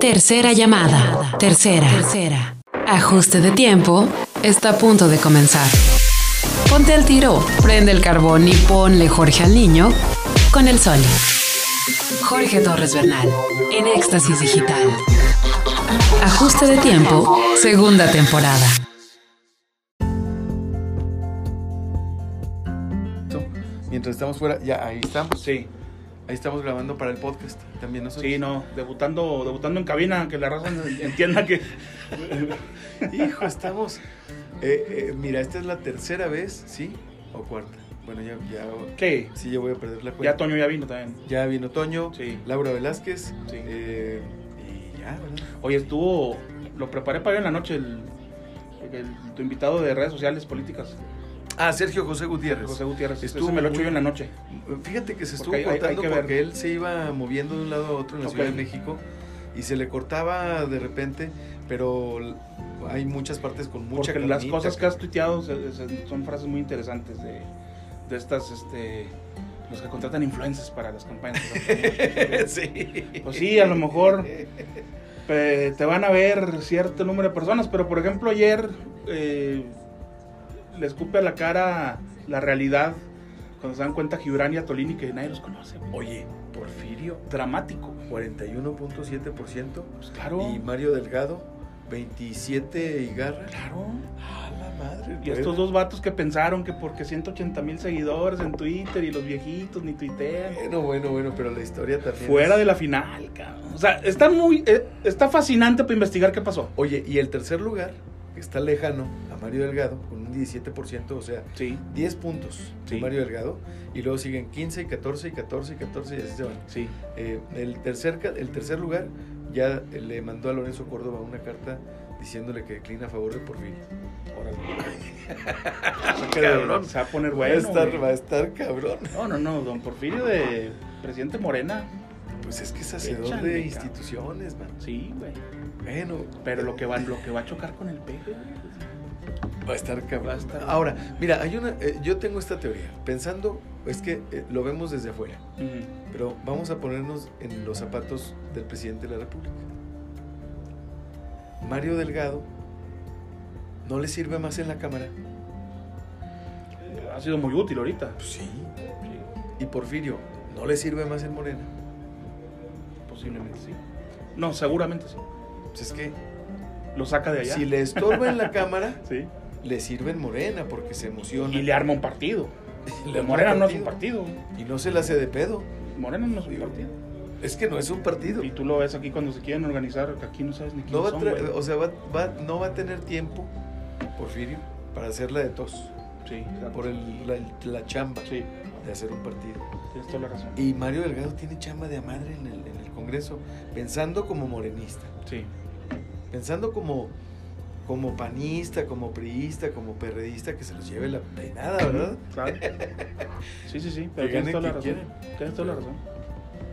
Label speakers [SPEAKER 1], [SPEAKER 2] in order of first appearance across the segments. [SPEAKER 1] Tercera llamada. Tercera. Tercera. Ajuste de tiempo. Está a punto de comenzar. Ponte al tiro, prende el carbón y ponle Jorge al niño con el sol. Jorge Torres Bernal, en Éxtasis Digital. Ajuste de tiempo, segunda temporada.
[SPEAKER 2] Mientras estamos fuera, ya ahí estamos.
[SPEAKER 3] Sí,
[SPEAKER 2] Ahí estamos grabando para el podcast también nosotros.
[SPEAKER 3] sí, no, debutando, debutando en cabina, que la raza entienda que
[SPEAKER 2] Hijo, estamos. Eh, eh, mira, esta es la tercera vez, ¿sí? O cuarta. Bueno, ya, ya
[SPEAKER 3] sí,
[SPEAKER 2] sí, ya voy a perder la cuenta.
[SPEAKER 3] ya Toño ya vino también.
[SPEAKER 2] Ya vino Toño,
[SPEAKER 3] Sí.
[SPEAKER 2] Laura Velázquez.
[SPEAKER 3] Sí.
[SPEAKER 2] eh, y ya, ¿verdad?
[SPEAKER 3] Oye, estuvo, lo preparé para hoy en la noche el, el- tu invitado de redes sociales políticas,
[SPEAKER 2] Ah, Sergio José Gutiérrez.
[SPEAKER 3] José Gutiérrez.
[SPEAKER 2] Estuvo
[SPEAKER 3] Estuvo me lo echo
[SPEAKER 2] muy-
[SPEAKER 3] yo en la noche.
[SPEAKER 2] Fíjate que se estuvo
[SPEAKER 3] Porque hay- hay- hay
[SPEAKER 2] cortando
[SPEAKER 3] que ver.
[SPEAKER 2] porque él se iba moviendo de un lado a otro en la
[SPEAKER 3] Ok.
[SPEAKER 2] Ciudad de México y se le cortaba de repente, pero l- hay muchas partes con mucha
[SPEAKER 3] porque las
[SPEAKER 2] carnita.
[SPEAKER 3] cosas que has tuiteado se- se- son frases muy interesantes de, de estas, este, los que contratan influencers para las campañas.
[SPEAKER 2] sí.
[SPEAKER 3] Pues sí, a lo mejor pe- te van a ver cierto número de personas, pero por ejemplo ayer eh, le escupe a la cara la realidad cuando se dan cuenta Gibran y Atolini que nadie los conoce.
[SPEAKER 2] Oye, Porfirio,
[SPEAKER 3] Dramático.
[SPEAKER 2] 41.7%.
[SPEAKER 3] Pues claro,
[SPEAKER 2] Y Mario Delgado, 27 y garra.
[SPEAKER 3] claro.
[SPEAKER 2] ¡Ah, la madre!
[SPEAKER 3] Y estos dos vatos que pensaron que porque 180 mil seguidores en Twitter y los viejitos ni tuitean.
[SPEAKER 2] Bueno, bueno, bueno, pero la historia también.
[SPEAKER 3] Fuera
[SPEAKER 2] es-
[SPEAKER 3] de la final, cabrón. O sea, está muy. eh, está fascinante para investigar qué pasó.
[SPEAKER 2] Oye, y el tercer lugar que está lejano a Mario Delgado con un 17%, o sea,
[SPEAKER 3] Sí,
[SPEAKER 2] 10 puntos de
[SPEAKER 3] Sí.
[SPEAKER 2] Mario Delgado. Y luego siguen 15 y 14 y 14 y 14 y así se van.
[SPEAKER 3] sí.
[SPEAKER 2] Eh, el, tercer, ca- el tercer lugar ya le mandó a Lorenzo Córdoba una carta diciéndole que declina a favor de Porfirio.
[SPEAKER 3] Órale.
[SPEAKER 2] Cabrón.
[SPEAKER 3] Se va a poner bueno.
[SPEAKER 2] va, a estar,
[SPEAKER 3] güey.
[SPEAKER 2] va a estar cabrón.
[SPEAKER 3] No, no, no, don Porfirio de presidente Morena.
[SPEAKER 2] Pues es que es hacedor
[SPEAKER 3] Échale,
[SPEAKER 2] de
[SPEAKER 3] cabrón.
[SPEAKER 2] instituciones, man.
[SPEAKER 3] Sí, güey.
[SPEAKER 2] Bueno,
[SPEAKER 3] Pero lo que va, lo que va a chocar con el peje.
[SPEAKER 2] va a estar cabrón.
[SPEAKER 3] Va a estar-
[SPEAKER 2] Ahora, mira, hay una, eh, yo tengo esta teoría. Pensando, es que eh, lo vemos desde afuera,
[SPEAKER 3] güey.
[SPEAKER 2] pero vamos a ponernos en los zapatos del presidente de la República. Mario Delgado no le sirve más en la cámara.
[SPEAKER 3] Ujú. Ha sido muy útil ahorita. Pues,
[SPEAKER 2] sí. Y Porfirio no le sirve más en Morena.
[SPEAKER 3] Posiblemente sí. No, seguramente sí.
[SPEAKER 2] Pues es que
[SPEAKER 3] Lo saca de allá.
[SPEAKER 2] si le estorba en la cámara,
[SPEAKER 3] Sí.
[SPEAKER 2] le sirve en Morena porque se emociona.
[SPEAKER 3] Y le arma un partido.
[SPEAKER 2] Le arma
[SPEAKER 3] Morena no es un partido.
[SPEAKER 2] Y no se la hace de pedo.
[SPEAKER 3] Morena no es un
[SPEAKER 2] Digo,
[SPEAKER 3] partido.
[SPEAKER 2] Es que no es un partido.
[SPEAKER 3] Y tú lo ves aquí cuando se quieren organizar, que aquí no sabes ni quién
[SPEAKER 2] No va a
[SPEAKER 3] son,
[SPEAKER 2] tra-
[SPEAKER 3] güey.
[SPEAKER 2] o sea, va, va- no va a tener tiempo, Porfirio, para hacer la de tos,
[SPEAKER 3] Sí, exacto.
[SPEAKER 2] por el- la, la chamba
[SPEAKER 3] sí,
[SPEAKER 2] de hacer un partido.
[SPEAKER 3] tienes toda la razón.
[SPEAKER 2] Y Mario Delgado tiene chamba de a madre en el, en el Congreso, pensando como morenista,
[SPEAKER 3] Sí.
[SPEAKER 2] pensando como, como panista, como priista, como perredista, que se los lleve la penada, ¿verdad?
[SPEAKER 3] Claro. Sí, sí, sí.
[SPEAKER 2] Que
[SPEAKER 3] Pero tienes
[SPEAKER 2] gane
[SPEAKER 3] toda la razón.
[SPEAKER 2] quien
[SPEAKER 3] Tienes toda la razón.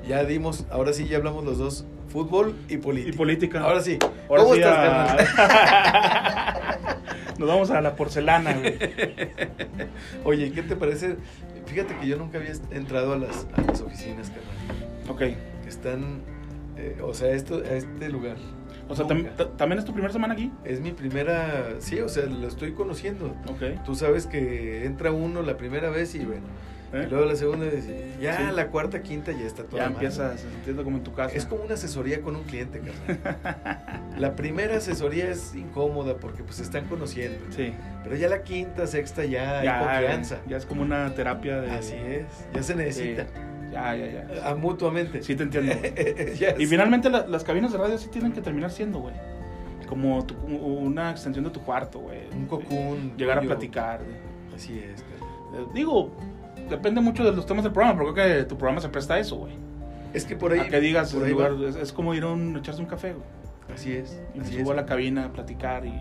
[SPEAKER 2] Ya dimos, ahora sí ya hablamos los dos, fútbol y política.
[SPEAKER 3] Y política.
[SPEAKER 2] Ahora sí,
[SPEAKER 3] Ahora
[SPEAKER 2] ¿cómo
[SPEAKER 3] sí
[SPEAKER 2] estás,
[SPEAKER 3] a-
[SPEAKER 2] carnal?
[SPEAKER 3] Nos vamos a la porcelana, güey.
[SPEAKER 2] Oye, ¿qué te parece? Fíjate que yo nunca había entrado a las, a las oficinas, carnal,
[SPEAKER 3] Ok.
[SPEAKER 2] que están, eh, o sea, esto, a este lugar.
[SPEAKER 3] O sea, tam- ta- ¿también es tu primera semana aquí?
[SPEAKER 2] Es mi primera, sí, o sea, lo estoy conociendo.
[SPEAKER 3] Ok.
[SPEAKER 2] Tú sabes que entra uno la primera vez y bueno,
[SPEAKER 3] ¿Eh?
[SPEAKER 2] y luego la segunda vez, ya
[SPEAKER 3] Sí.
[SPEAKER 2] la cuarta, quinta ya está todo.
[SPEAKER 3] Ya empiezas sintiendo como en tu casa.
[SPEAKER 2] Es como una asesoría con un cliente, carnal. La primera asesoría es incómoda porque pues se están conociendo,
[SPEAKER 3] Sí.
[SPEAKER 2] pero ya la quinta, sexta ya hay confianza.
[SPEAKER 3] ya es como una terapia de.
[SPEAKER 2] Así es, ya se
[SPEAKER 3] Sí.
[SPEAKER 2] necesita.
[SPEAKER 3] Ya, ya, ya.
[SPEAKER 2] A mutuamente.
[SPEAKER 3] Sí, te entiendo.
[SPEAKER 2] Ya
[SPEAKER 3] Y
[SPEAKER 2] sé.
[SPEAKER 3] finalmente la- las cabinas de radio sí tienen que terminar siendo, güey. Como tu- una extensión de tu cuarto, güey.
[SPEAKER 2] Un cocoon.
[SPEAKER 3] Llegar a
[SPEAKER 2] tuyo.
[SPEAKER 3] platicar. güey.
[SPEAKER 2] Así es, carnal.
[SPEAKER 3] Eh, Digo, depende mucho de los temas del programa, pero creo que tu programa se presta a eso, güey.
[SPEAKER 2] Es que por ahí.
[SPEAKER 3] A que digas,
[SPEAKER 2] por
[SPEAKER 3] en
[SPEAKER 2] ahí va.
[SPEAKER 3] lugar- es, es como ir a un, echarse un café, güey.
[SPEAKER 2] Así es.
[SPEAKER 3] Y me
[SPEAKER 2] Así
[SPEAKER 3] subo a
[SPEAKER 2] es.
[SPEAKER 3] la cabina a platicar y,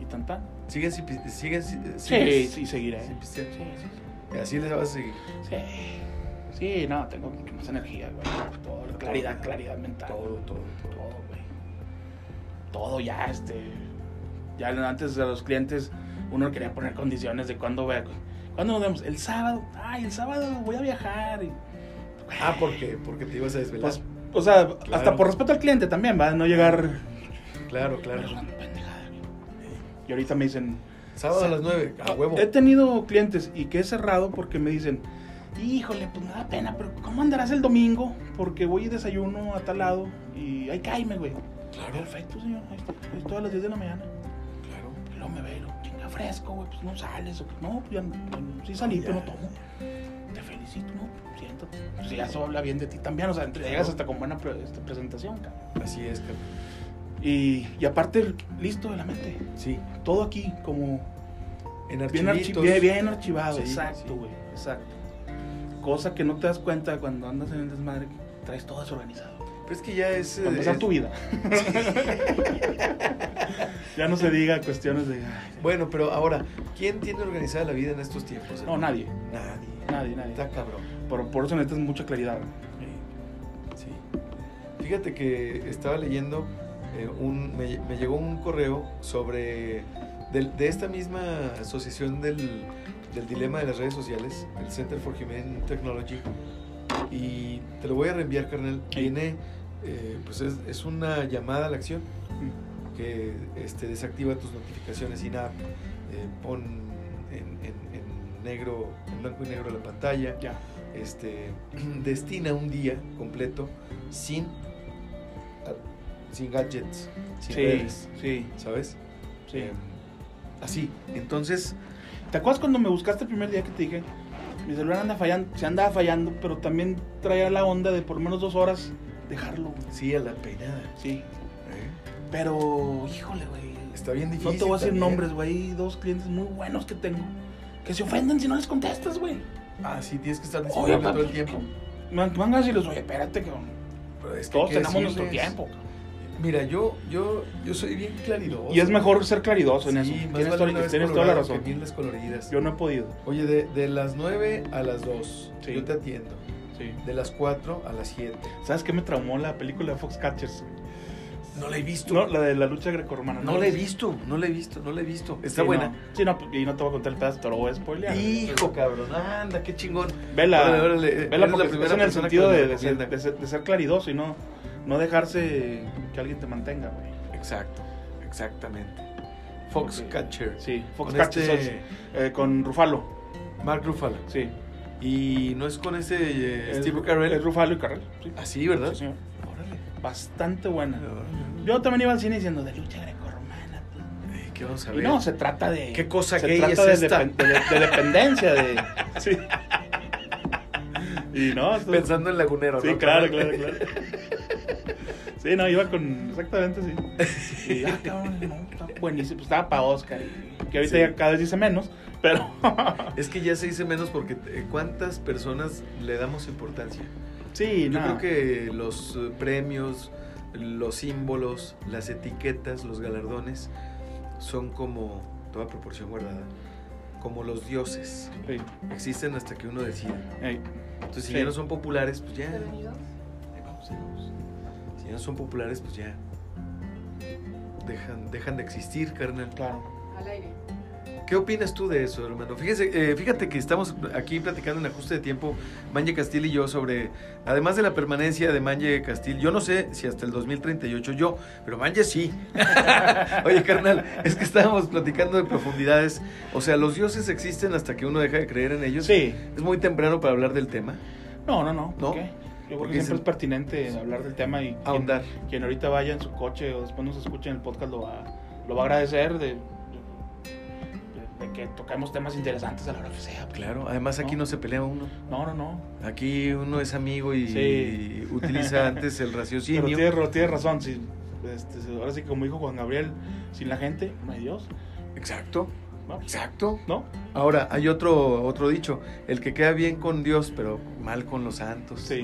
[SPEAKER 3] y tan tan.
[SPEAKER 2] Siguen sin pi- siguen sin-
[SPEAKER 3] Sí,
[SPEAKER 2] siguen
[SPEAKER 3] sí, seguiré.
[SPEAKER 2] sin pistear.
[SPEAKER 3] Sí, sí,
[SPEAKER 2] Y Así les vas a seguir.
[SPEAKER 3] sí. Sí. Sí, no, tengo mucho más energía, güey. Todo, claridad, claridad mental.
[SPEAKER 2] Todo, todo, todo.
[SPEAKER 3] Todo, güey. Todo ya, este. Ya antes a los clientes uno quería poner condiciones de cuándo voy a- ¿Cuándo nos vemos? El sábado. Ay, el sábado voy a viajar. y-
[SPEAKER 2] Ah, ¿por qué? Porque te ibas a desvelar.
[SPEAKER 3] Pues, O sea, hasta
[SPEAKER 2] Claro.
[SPEAKER 3] por respeto al cliente también, va, no llegar.
[SPEAKER 2] Claro, claro.
[SPEAKER 3] Y ahorita me dicen,
[SPEAKER 2] Sábado a las 9, a huevo.
[SPEAKER 3] He tenido clientes y que he cerrado porque me dicen, híjole, pues me da pena, pero ¿cómo andarás el domingo? Porque voy y desayuno a tal lado y ahí cáeme, güey.
[SPEAKER 2] Claro,
[SPEAKER 3] Perfecto, señor, ahí estoy, ahí estoy a las 10 de la mañana.
[SPEAKER 2] claro.
[SPEAKER 3] Y luego me ve, y luego, chinga fresco, güey, pues no sales. o- No, pues ya, no- bueno, sí salí, pero no tomo. Te felicito, no, pues, siéntate. Pues ya eso habla bien de ti también, o sea, entre- llegas hasta con buena pre- este, presentación, cabrón.
[SPEAKER 2] Así es, cabrón.
[SPEAKER 3] Y, y aparte, listo de la mente,
[SPEAKER 2] Sí.
[SPEAKER 3] todo aquí como
[SPEAKER 2] En
[SPEAKER 3] Bien, archi-
[SPEAKER 2] archivitos.
[SPEAKER 3] bien, bien archivado,
[SPEAKER 2] Sí, sí.
[SPEAKER 3] exacto, güey, exacto. Cosa que no te das cuenta cuando andas en el desmadre, que traes todo desorganizado.
[SPEAKER 2] Pero es que ya es.
[SPEAKER 3] Para
[SPEAKER 2] eh,
[SPEAKER 3] empezar
[SPEAKER 2] es-
[SPEAKER 3] tu vida. ya no se diga cuestiones de. ay,
[SPEAKER 2] Bueno, pero ahora, ¿quién tiene organizada la vida en estos tiempos?
[SPEAKER 3] No,
[SPEAKER 2] hermano?
[SPEAKER 3] nadie,
[SPEAKER 2] Nadie.
[SPEAKER 3] nadie, nadie.
[SPEAKER 2] Está cabrón.
[SPEAKER 3] Por, por eso necesitas mucha claridad.
[SPEAKER 2] Sí. Fíjate que estaba leyendo, eh, un, me, me llegó un correo sobre, del- de esta misma asociación del, del dilema de las redes sociales, el Center for Human Technology, y te lo voy a reenviar, carnal. Viene, eh, pues es, es una llamada a la acción que este, desactiva tus notificaciones in-app, eh, pon en, en- en negro, en blanco y negro la pantalla,
[SPEAKER 3] Ya.
[SPEAKER 2] este, destina un día completo sin, sin gadgets, sin
[SPEAKER 3] Sí,
[SPEAKER 2] redes,
[SPEAKER 3] sí,
[SPEAKER 2] ¿sabes?
[SPEAKER 3] sí.
[SPEAKER 2] Em, así, entonces,
[SPEAKER 3] ¿Te acuerdas cuando me buscaste el primer día que te dije? Mi celular anda fallando, se andaba fallando, pero también traía la onda de por lo menos dos horas dejarlo, güey.
[SPEAKER 2] sí, a la peinada.
[SPEAKER 3] Sí.
[SPEAKER 2] ¿eh?
[SPEAKER 3] Pero, híjole, güey.
[SPEAKER 2] Está bien
[SPEAKER 3] No
[SPEAKER 2] difícil.
[SPEAKER 3] te voy a decir
[SPEAKER 2] también.
[SPEAKER 3] nombres, güey. Hay Dos clientes muy buenos que tengo. Que se ofenden si no les contestas, güey.
[SPEAKER 2] Ah, sí, tienes que estar
[SPEAKER 3] Oye,
[SPEAKER 2] disponible
[SPEAKER 3] papi.
[SPEAKER 2] todo el tiempo.
[SPEAKER 3] Man, van a decirles, oye, espérate, cabrón.
[SPEAKER 2] Pero es que hay
[SPEAKER 3] Todos
[SPEAKER 2] que
[SPEAKER 3] tenemos nuestro
[SPEAKER 2] decirles.
[SPEAKER 3] tiempo. cabrón.
[SPEAKER 2] Mira, yo, yo, yo soy bien claridoso.
[SPEAKER 3] Y es mejor ser claridoso en
[SPEAKER 2] Sí,
[SPEAKER 3] eso.
[SPEAKER 2] más
[SPEAKER 3] Tienes,
[SPEAKER 2] vale
[SPEAKER 3] toda-
[SPEAKER 2] una vez
[SPEAKER 3] tienes toda la
[SPEAKER 2] colorado que
[SPEAKER 3] razón.
[SPEAKER 2] mil descoloridas.
[SPEAKER 3] Yo no he podido.
[SPEAKER 2] Oye, de, de las 9 a las 2,
[SPEAKER 3] Sí.
[SPEAKER 2] yo te atiendo.
[SPEAKER 3] Sí.
[SPEAKER 2] De las 4 a las 7.
[SPEAKER 3] ¿Sabes qué me traumó la película de Foxcatchers? güey?
[SPEAKER 2] No la he visto.
[SPEAKER 3] No, la de la lucha grecorromana.
[SPEAKER 2] No la he visto, no la he visto, no la he visto.
[SPEAKER 3] Sí,
[SPEAKER 2] Está buena.
[SPEAKER 3] no. Sí, no, y no te voy a contar el pedazo, te lo voy a spoilear.
[SPEAKER 2] Hijo, cabrón, anda, qué chingón.
[SPEAKER 3] Vela,
[SPEAKER 2] Órale, órale,
[SPEAKER 3] vela
[SPEAKER 2] eres
[SPEAKER 3] porque
[SPEAKER 2] la
[SPEAKER 3] es
[SPEAKER 2] primera
[SPEAKER 3] en el
[SPEAKER 2] persona
[SPEAKER 3] sentido
[SPEAKER 2] que me
[SPEAKER 3] de, de ser,
[SPEAKER 2] recomienda.
[SPEAKER 3] de ser- de ser claridoso y no, no dejarse que alguien te mantenga, güey.
[SPEAKER 2] Exacto, exactamente. Foxcatcher.
[SPEAKER 3] Sí, Fox
[SPEAKER 2] Con
[SPEAKER 3] Catches
[SPEAKER 2] este
[SPEAKER 3] eh, con Rufalo,
[SPEAKER 2] Mark Ruffalo.
[SPEAKER 3] sí.
[SPEAKER 2] Y no es con ese eh,
[SPEAKER 3] Es
[SPEAKER 2] Steve
[SPEAKER 3] Ru-
[SPEAKER 2] Carell.
[SPEAKER 3] es Rufalo y Carrell, sí.
[SPEAKER 2] Así, ¿verdad?
[SPEAKER 3] Sí, señor.
[SPEAKER 2] Órale.
[SPEAKER 3] Bastante buena.
[SPEAKER 2] órale.
[SPEAKER 3] Yo también iba al cine diciendo de lucha grecorromana. pues.
[SPEAKER 2] Ey, ¿Qué vamos a
[SPEAKER 3] Y
[SPEAKER 2] ver?
[SPEAKER 3] no, se trata de.
[SPEAKER 2] ¿Qué cosa
[SPEAKER 3] se
[SPEAKER 2] gay
[SPEAKER 3] trata
[SPEAKER 2] es
[SPEAKER 3] de,
[SPEAKER 2] esta?
[SPEAKER 3] depen- de- de- de dependencia, de. Sí. Y no, esto-
[SPEAKER 2] Pensando en Lagunero,
[SPEAKER 3] Sí,
[SPEAKER 2] ¿no?
[SPEAKER 3] claro, claro, claro. Sí, no, iba con. Exactamente, sí. Y, ah, cabrón, no, está buenísimo. Pues estaba para Oscar. y- Que ahorita
[SPEAKER 2] Sí.
[SPEAKER 3] ya cada vez dice menos, pero.
[SPEAKER 2] Es que ya se dice menos porque eh, ¿cuántas personas le damos importancia?
[SPEAKER 3] sí,
[SPEAKER 2] Yo creo
[SPEAKER 3] no.
[SPEAKER 2] que los eh, premios, los símbolos, las etiquetas, los galardones son como, toda proporción guardada, como los dioses.
[SPEAKER 3] Sí,
[SPEAKER 2] Existen hasta que uno decida.
[SPEAKER 3] ey,
[SPEAKER 2] Entonces, si
[SPEAKER 3] Sí.
[SPEAKER 2] ya no son populares, pues ya. Ahí vamos, ahí vamos. Si ya no son populares, pues ya. Dejan, dejan de existir, carnal.
[SPEAKER 3] claro.
[SPEAKER 4] Al aire.
[SPEAKER 2] ¿Qué opinas tú de eso, hermano? Fíjese, eh, fíjate que estamos aquí platicando en ajuste de tiempo, Manje Castillo y yo, sobre, además de la permanencia de Manje Castillo, yo no sé si hasta el 2038 yo, pero Manje sí. Oye, carnal, es que estábamos platicando de profundidades. O sea, los dioses existen hasta que uno deja de creer en ellos.
[SPEAKER 3] Sí.
[SPEAKER 2] Es muy temprano para hablar del tema,
[SPEAKER 3] No, no, no. ¿por
[SPEAKER 2] ¿No?
[SPEAKER 3] qué? Yo creo
[SPEAKER 2] Porque
[SPEAKER 3] que siempre
[SPEAKER 2] dicen-
[SPEAKER 3] es pertinente hablar del tema y quien,
[SPEAKER 2] ahondar.
[SPEAKER 3] quien ahorita vaya en su coche o después nos escuche en el podcast lo va, lo va a agradecer de, de, de que toquemos temas interesantes a la hora que sea. pues.
[SPEAKER 2] Claro, además aquí no se pelea uno.
[SPEAKER 3] No, no, no.
[SPEAKER 2] Aquí uno es amigo y
[SPEAKER 3] Sí.
[SPEAKER 2] utiliza antes el
[SPEAKER 3] Pero
[SPEAKER 2] raciocinio.
[SPEAKER 3] tienes, tienes razón. Si, este, ahora sí, que como dijo Juan Gabriel, sin la gente, no hay Dios.
[SPEAKER 2] Exacto,
[SPEAKER 3] ¿no?
[SPEAKER 2] exacto.
[SPEAKER 3] ¿No?
[SPEAKER 2] Ahora, hay otro, otro dicho, el que queda bien con Dios, pero mal con los santos.
[SPEAKER 3] Sí.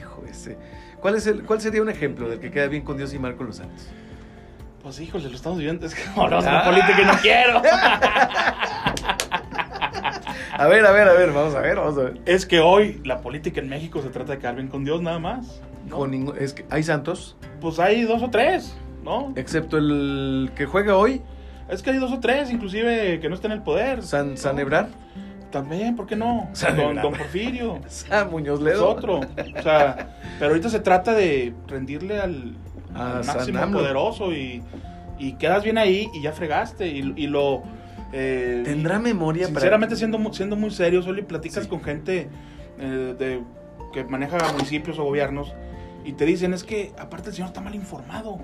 [SPEAKER 2] Hijo ese. ¿Cuál, es el, ¿Cuál sería un ejemplo del que queda bien con Dios y mal con los santos?
[SPEAKER 3] Pues híjole, lo estamos viviendo. Es que hablamos de
[SPEAKER 2] Ah.
[SPEAKER 3] la política y no quiero.
[SPEAKER 2] A ver, a ver, a ver, vamos a ver, vamos a ver.
[SPEAKER 3] es que hoy la política en México se trata de quedar bien con Dios nada más. ¿no?
[SPEAKER 2] Con ningún- es que hay santos,
[SPEAKER 3] Pues hay dos o tres, ¿no?
[SPEAKER 2] excepto el que juega hoy,
[SPEAKER 3] Es que hay dos o tres, inclusive, que no está en el poder.
[SPEAKER 2] San, San Ebrar.
[SPEAKER 3] También, ¿por qué no?
[SPEAKER 2] sea, de
[SPEAKER 3] don,
[SPEAKER 2] verdad.
[SPEAKER 3] don Porfirio.
[SPEAKER 2] Sam Muñoz
[SPEAKER 3] Es
[SPEAKER 2] Ledo.
[SPEAKER 3] otro. O sea, pero ahorita se trata de rendirle al,
[SPEAKER 2] A
[SPEAKER 3] al
[SPEAKER 2] San
[SPEAKER 3] máximo
[SPEAKER 2] AMLO.
[SPEAKER 3] poderoso y, y quedas bien ahí y ya fregaste. Y, y lo. eh,
[SPEAKER 2] ¿Tendrá memoria para-
[SPEAKER 3] Sinceramente, siendo, mu- siendo muy serio, Soli, platicas
[SPEAKER 2] Sí.
[SPEAKER 3] con gente eh, de, que maneja municipios o gobiernos y te dicen, es que aparte el señor está mal informado.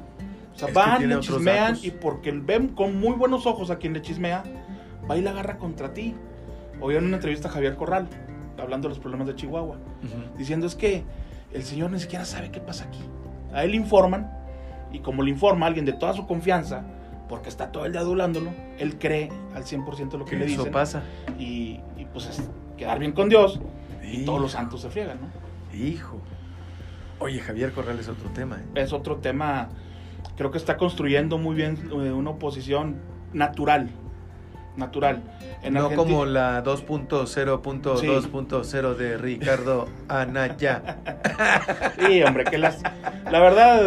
[SPEAKER 3] O sea,
[SPEAKER 2] Es que
[SPEAKER 3] van,
[SPEAKER 2] tiene
[SPEAKER 3] le
[SPEAKER 2] otros
[SPEAKER 3] chismean
[SPEAKER 2] datos.
[SPEAKER 3] y porque ven con muy buenos ojos a quien le chismea, va y la agarra contra ti. Hoy en una entrevista a Javier Corral, hablando de los problemas de Chihuahua,
[SPEAKER 2] Ujú.
[SPEAKER 3] diciendo es que el señor ni siquiera sabe qué pasa aquí. A él le informan y como le informa alguien de toda su confianza, porque está todo el día adulándolo, él cree al 100% lo que,
[SPEAKER 2] Que
[SPEAKER 3] le
[SPEAKER 2] eso
[SPEAKER 3] dicen
[SPEAKER 2] pasa.
[SPEAKER 3] y, y, pues es quedar bien con Dios y
[SPEAKER 2] Hijo,
[SPEAKER 3] todos los santos se friegan, ¿no?
[SPEAKER 2] Hijo. Oye, Javier Corral es otro tema. ¿eh?
[SPEAKER 3] Es otro tema, creo que está construyendo muy bien eh, una oposición natural, natural. En
[SPEAKER 2] no
[SPEAKER 3] Argenti-
[SPEAKER 2] como la 2.0.2.0 de Ricardo Anaya.
[SPEAKER 3] Sí, hombre, que las... La verdad,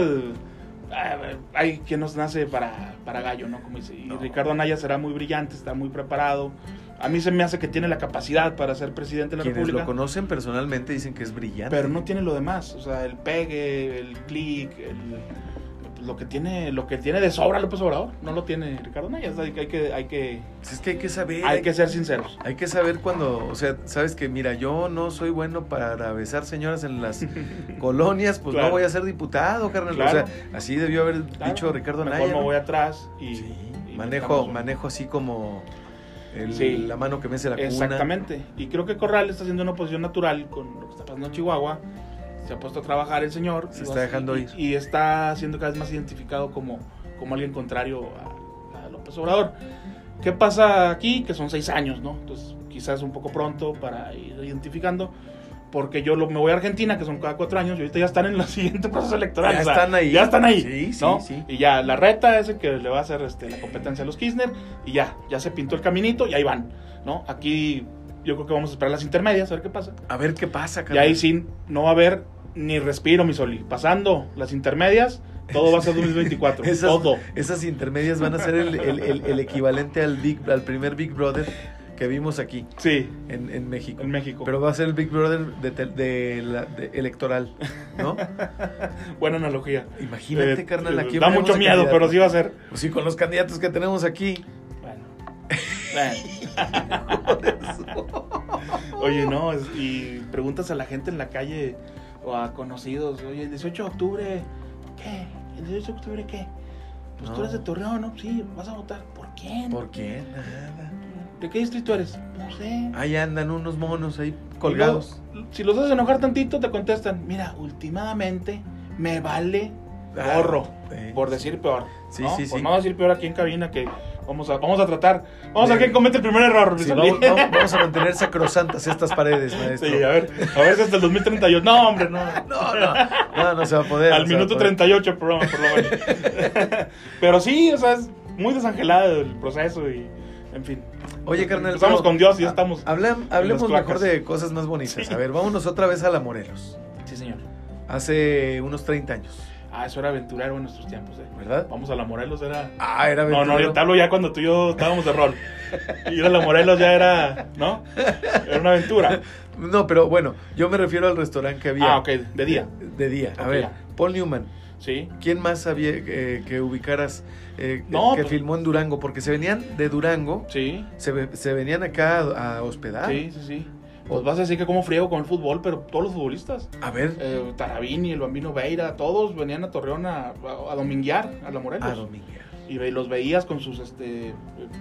[SPEAKER 3] a ver, hay quien nos nace para, para gallo, ¿no? Como dice, y
[SPEAKER 2] No.
[SPEAKER 3] Ricardo Anaya será muy brillante, está muy preparado. A mí se me hace que tiene la capacidad para ser presidente de la
[SPEAKER 2] Quienes lo
[SPEAKER 3] República.
[SPEAKER 2] conocen personalmente dicen que es brillante.
[SPEAKER 3] pero no tiene lo demás, o sea, el pegue, el clic, el- pues, lo que tiene, lo que tiene de sobra López Obrador, no lo tiene Ricardo Naya, hay, hay que, hay que,
[SPEAKER 2] Pues Es que hay que saber.
[SPEAKER 3] hay que ser sinceros.
[SPEAKER 2] Hay que saber cuando, o sea, sabes que mira, yo no soy bueno para besar señoras en las colonias, pues
[SPEAKER 3] Claro.
[SPEAKER 2] no voy a ser diputado, carnal.
[SPEAKER 3] Claro.
[SPEAKER 2] O sea, así debió haber
[SPEAKER 3] Claro,
[SPEAKER 2] dicho Ricardo
[SPEAKER 3] mejor
[SPEAKER 2] Anaya.
[SPEAKER 3] me
[SPEAKER 2] ¿no?
[SPEAKER 3] voy atrás y,
[SPEAKER 2] Sí,
[SPEAKER 3] y
[SPEAKER 2] manejo,
[SPEAKER 3] metamos-
[SPEAKER 2] manejo así como el-
[SPEAKER 3] Sí.
[SPEAKER 2] la mano que mece la cuna.
[SPEAKER 3] Exactamente. Y creo que Corral está haciendo una posición natural con lo que está pasando en Chihuahua. Se ha puesto a trabajar el señor.
[SPEAKER 2] Se
[SPEAKER 3] y
[SPEAKER 2] está
[SPEAKER 3] va-
[SPEAKER 2] dejando
[SPEAKER 3] y,
[SPEAKER 2] ir.
[SPEAKER 3] Y está siendo cada vez más identificado como, como alguien contrario a, a López Obrador. ¿Qué pasa aquí? Que son seis años, ¿no? Entonces, quizás un poco pronto para ir identificando. Porque yo lo- me voy a Argentina, que son cada cuatro años, y ahorita ya están en la siguiente proceso electoral.
[SPEAKER 2] Ya
[SPEAKER 3] o sea,
[SPEAKER 2] están ahí.
[SPEAKER 3] Ya están ahí.
[SPEAKER 2] Sí, sí,
[SPEAKER 3] ¿no?
[SPEAKER 2] sí.
[SPEAKER 3] Y ya la reta es el que le va a hacer este, la competencia a los Kirchner y ya, ya se pintó el caminito y ahí van, ¿no? Aquí yo creo que vamos a esperar las intermedias, a ver qué pasa.
[SPEAKER 2] A ver qué pasa,
[SPEAKER 3] Y
[SPEAKER 2] carnal.
[SPEAKER 3] ahí sí no va a haber ni respiro, mi Soli. Pasando las intermedias, todo va a ser 2024.
[SPEAKER 2] Esas-
[SPEAKER 3] todo.
[SPEAKER 2] Esas intermedias van a ser el, el- el- el equivalente al, Big, al primer Big Brother que vimos aquí
[SPEAKER 3] Sí,
[SPEAKER 2] en, en México.
[SPEAKER 3] en México.
[SPEAKER 2] Pero va a ser el Big Brother de, tel- de la- de electoral, ¿no?
[SPEAKER 3] Buena analogía.
[SPEAKER 2] Imagínate,
[SPEAKER 3] Eh,
[SPEAKER 2] carnal,
[SPEAKER 3] eh,
[SPEAKER 2] aquí
[SPEAKER 3] da
[SPEAKER 2] veremos
[SPEAKER 3] mucho
[SPEAKER 2] a
[SPEAKER 3] miedo,
[SPEAKER 2] candidatos.
[SPEAKER 3] pero sí va a ser.
[SPEAKER 2] Pues sí, con los candidatos que tenemos aquí.
[SPEAKER 3] Bueno. Bueno. Oye, no, es- y preguntas a la gente en la calle o a conocidos, oye, el 18 de octubre, ¿qué? ¿El 18 de octubre qué? Pues tú
[SPEAKER 2] No.
[SPEAKER 3] eres de Torreón, ¿no? Sí, vas a votar. ¿Por quién?
[SPEAKER 2] ¿Por qué? Nada.
[SPEAKER 3] ¿De qué distrito eres? No sé.
[SPEAKER 2] Ahí andan unos monos ahí colgados.
[SPEAKER 3] Y luego, si los haces enojar tantito, te contestan, mira, últimamente me vale
[SPEAKER 2] Ah,
[SPEAKER 3] gorro.
[SPEAKER 2] eh,
[SPEAKER 3] Por decir peor.
[SPEAKER 2] Sí,
[SPEAKER 3] ¿no? pues
[SPEAKER 2] sí,
[SPEAKER 3] Por
[SPEAKER 2] sí.
[SPEAKER 3] no decir peor aquí en cabina que vamos a, vamos a tratar. Vamos a
[SPEAKER 2] Bien.
[SPEAKER 3] ver quién comete el primer error.
[SPEAKER 2] Sí,
[SPEAKER 3] Luis
[SPEAKER 2] vamos,
[SPEAKER 3] Alberto.
[SPEAKER 2] vamos- vamos a mantener sacrosantas estas paredes, maestro.
[SPEAKER 3] Sí, a ver, a ver si hasta el 2038. No, hombre, no.
[SPEAKER 2] No, no, no, no se va a poder.
[SPEAKER 3] Al
[SPEAKER 2] no se va a
[SPEAKER 3] minuto
[SPEAKER 2] poder.
[SPEAKER 3] 38 por lo, por lo menos. Pero sí, o sea, es muy desangelado el proceso y, en fin.
[SPEAKER 2] Oye, carnal.
[SPEAKER 3] Estamos
[SPEAKER 2] pero-
[SPEAKER 3] con Dios y ya estamos.
[SPEAKER 2] Hablam- hablemos
[SPEAKER 3] en las
[SPEAKER 2] mejor
[SPEAKER 3] cloacas.
[SPEAKER 2] de cosas más bonitas.
[SPEAKER 3] Sí.
[SPEAKER 2] A ver, vámonos otra vez a la Morelos.
[SPEAKER 3] Sí, señor.
[SPEAKER 2] Hace unos 30 años,
[SPEAKER 3] Ah, eso era aventurero en nuestros tiempos, eh.
[SPEAKER 2] ¿verdad?
[SPEAKER 3] Vamos a la Morelos, era...
[SPEAKER 2] Ah, era
[SPEAKER 3] No, no, yo
[SPEAKER 2] aventurero.
[SPEAKER 3] te hablo ya cuando tú y yo estábamos de rol. Ir a la Morelos ya era, ¿no? Era una aventura.
[SPEAKER 2] No, pero bueno, yo me refiero al restaurante que había.
[SPEAKER 3] Ah, ok, de día.
[SPEAKER 2] De día. A
[SPEAKER 3] Ok,
[SPEAKER 2] ver,
[SPEAKER 3] ya.
[SPEAKER 2] Paul Newman.
[SPEAKER 3] Sí.
[SPEAKER 2] ¿Quién más sabía eh, que ubicaras eh,
[SPEAKER 3] No,
[SPEAKER 2] que
[SPEAKER 3] pues-
[SPEAKER 2] filmó en Durango? Porque se venían de Durango,
[SPEAKER 3] Sí,
[SPEAKER 2] se, ve- se venían acá a, a hospedar.
[SPEAKER 3] sí, sí, sí. Pues vas a decir que como friego con el fútbol, pero todos los futbolistas.
[SPEAKER 2] A ver,
[SPEAKER 3] eh, Tarabini, el Bambino Veira, todos venían a Torreón a, a- a dominguear a la Morelos.
[SPEAKER 2] a Dominguez.
[SPEAKER 3] Y ve- los veías con sus, este,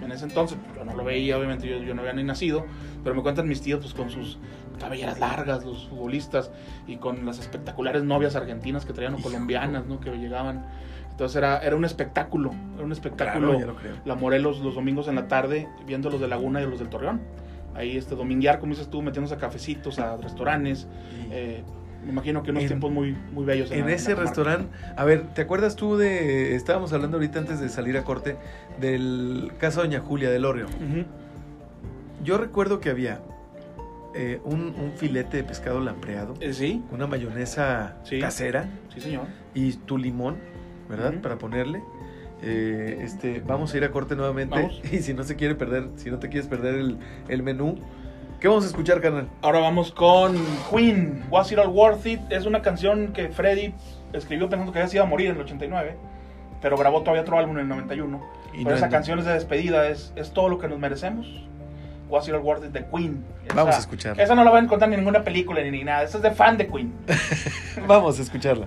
[SPEAKER 3] en ese entonces, yo no lo veía, obviamente yo, yo no había ni nacido, pero me cuentan mis tíos, pues con sus cabelleras largas, los futbolistas, y con las espectaculares novias argentinas que traían o
[SPEAKER 2] Hijo.
[SPEAKER 3] colombianas, ¿no? Que llegaban. Entonces era, era un espectáculo, era un espectáculo.
[SPEAKER 2] Claro, ya lo creo.
[SPEAKER 3] La Morelos los domingos en la tarde, viendo los de Laguna y los del Torreón. Ahí este dominguear, como dices tú, metiéndose a cafecitos, a restaurantes.
[SPEAKER 2] Y-
[SPEAKER 3] Eh, me imagino que unos
[SPEAKER 2] En-
[SPEAKER 3] tiempos muy, muy bellos.
[SPEAKER 2] En
[SPEAKER 3] la-
[SPEAKER 2] ese
[SPEAKER 3] la comarca.
[SPEAKER 2] restaurante, a ver, ¿te acuerdas tú de, estábamos hablando ahorita antes de salir a corte, del caso Doña Julia del Oreo?
[SPEAKER 3] Ujú.
[SPEAKER 2] Yo recuerdo que había eh, un, un filete de pescado lampreado,
[SPEAKER 3] Eh, sí,
[SPEAKER 2] una mayonesa
[SPEAKER 3] Sí.
[SPEAKER 2] casera
[SPEAKER 3] sí, señor.
[SPEAKER 2] y tu limón, ¿verdad?
[SPEAKER 3] Ujú.
[SPEAKER 2] Para ponerle. Eh, este, vamos a ir a corte nuevamente
[SPEAKER 3] Vamos.
[SPEAKER 2] y si no se quiere perder, si no te quieres perder el, el menú, ¿Qué vamos a escuchar, canal?
[SPEAKER 3] Ahora vamos con Queen, Was It All Worth It. Es una canción que Freddy escribió pensando que ya se iba a morir en el 89, pero grabó todavía otro álbum en el 91.
[SPEAKER 2] Y
[SPEAKER 3] pero
[SPEAKER 2] no
[SPEAKER 3] esa
[SPEAKER 2] ent-
[SPEAKER 3] canción es de despedida, es, es todo lo que nos merecemos. Was It All Worth It de Queen. Esa-
[SPEAKER 2] Vamos a escucharla.
[SPEAKER 3] Esa no la van a encontrar en ninguna película ni, ni nada. Esa es de fan de Queen.
[SPEAKER 2] Vamos a escucharla.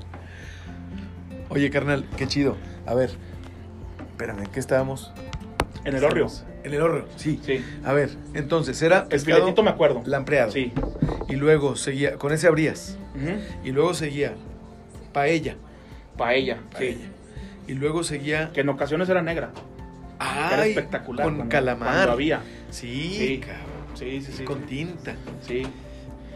[SPEAKER 2] Oye, carnal, qué chido. A ver, espérame, ¿en qué estábamos?
[SPEAKER 3] En el Oreo.
[SPEAKER 2] Estamos- En el horreo, sí.
[SPEAKER 3] Sí.
[SPEAKER 2] A ver, entonces era
[SPEAKER 3] El
[SPEAKER 2] pescado
[SPEAKER 3] filetito me acuerdo.
[SPEAKER 2] lampreado.
[SPEAKER 3] Sí.
[SPEAKER 2] Y luego seguía, con ese abrías.
[SPEAKER 3] Ujú.
[SPEAKER 2] Y luego seguía paella.
[SPEAKER 3] Paella.
[SPEAKER 2] paella.
[SPEAKER 3] Sí.
[SPEAKER 2] Y luego seguía.
[SPEAKER 3] Que en ocasiones era negra.
[SPEAKER 2] ¡Ay!
[SPEAKER 3] era espectacular.
[SPEAKER 2] Con
[SPEAKER 3] cuando-
[SPEAKER 2] calamar.
[SPEAKER 3] Cuando había.
[SPEAKER 2] Sí,
[SPEAKER 3] Sí.
[SPEAKER 2] cabrón.
[SPEAKER 3] Sí, sí, sí.
[SPEAKER 2] Con tinta.
[SPEAKER 3] Sí.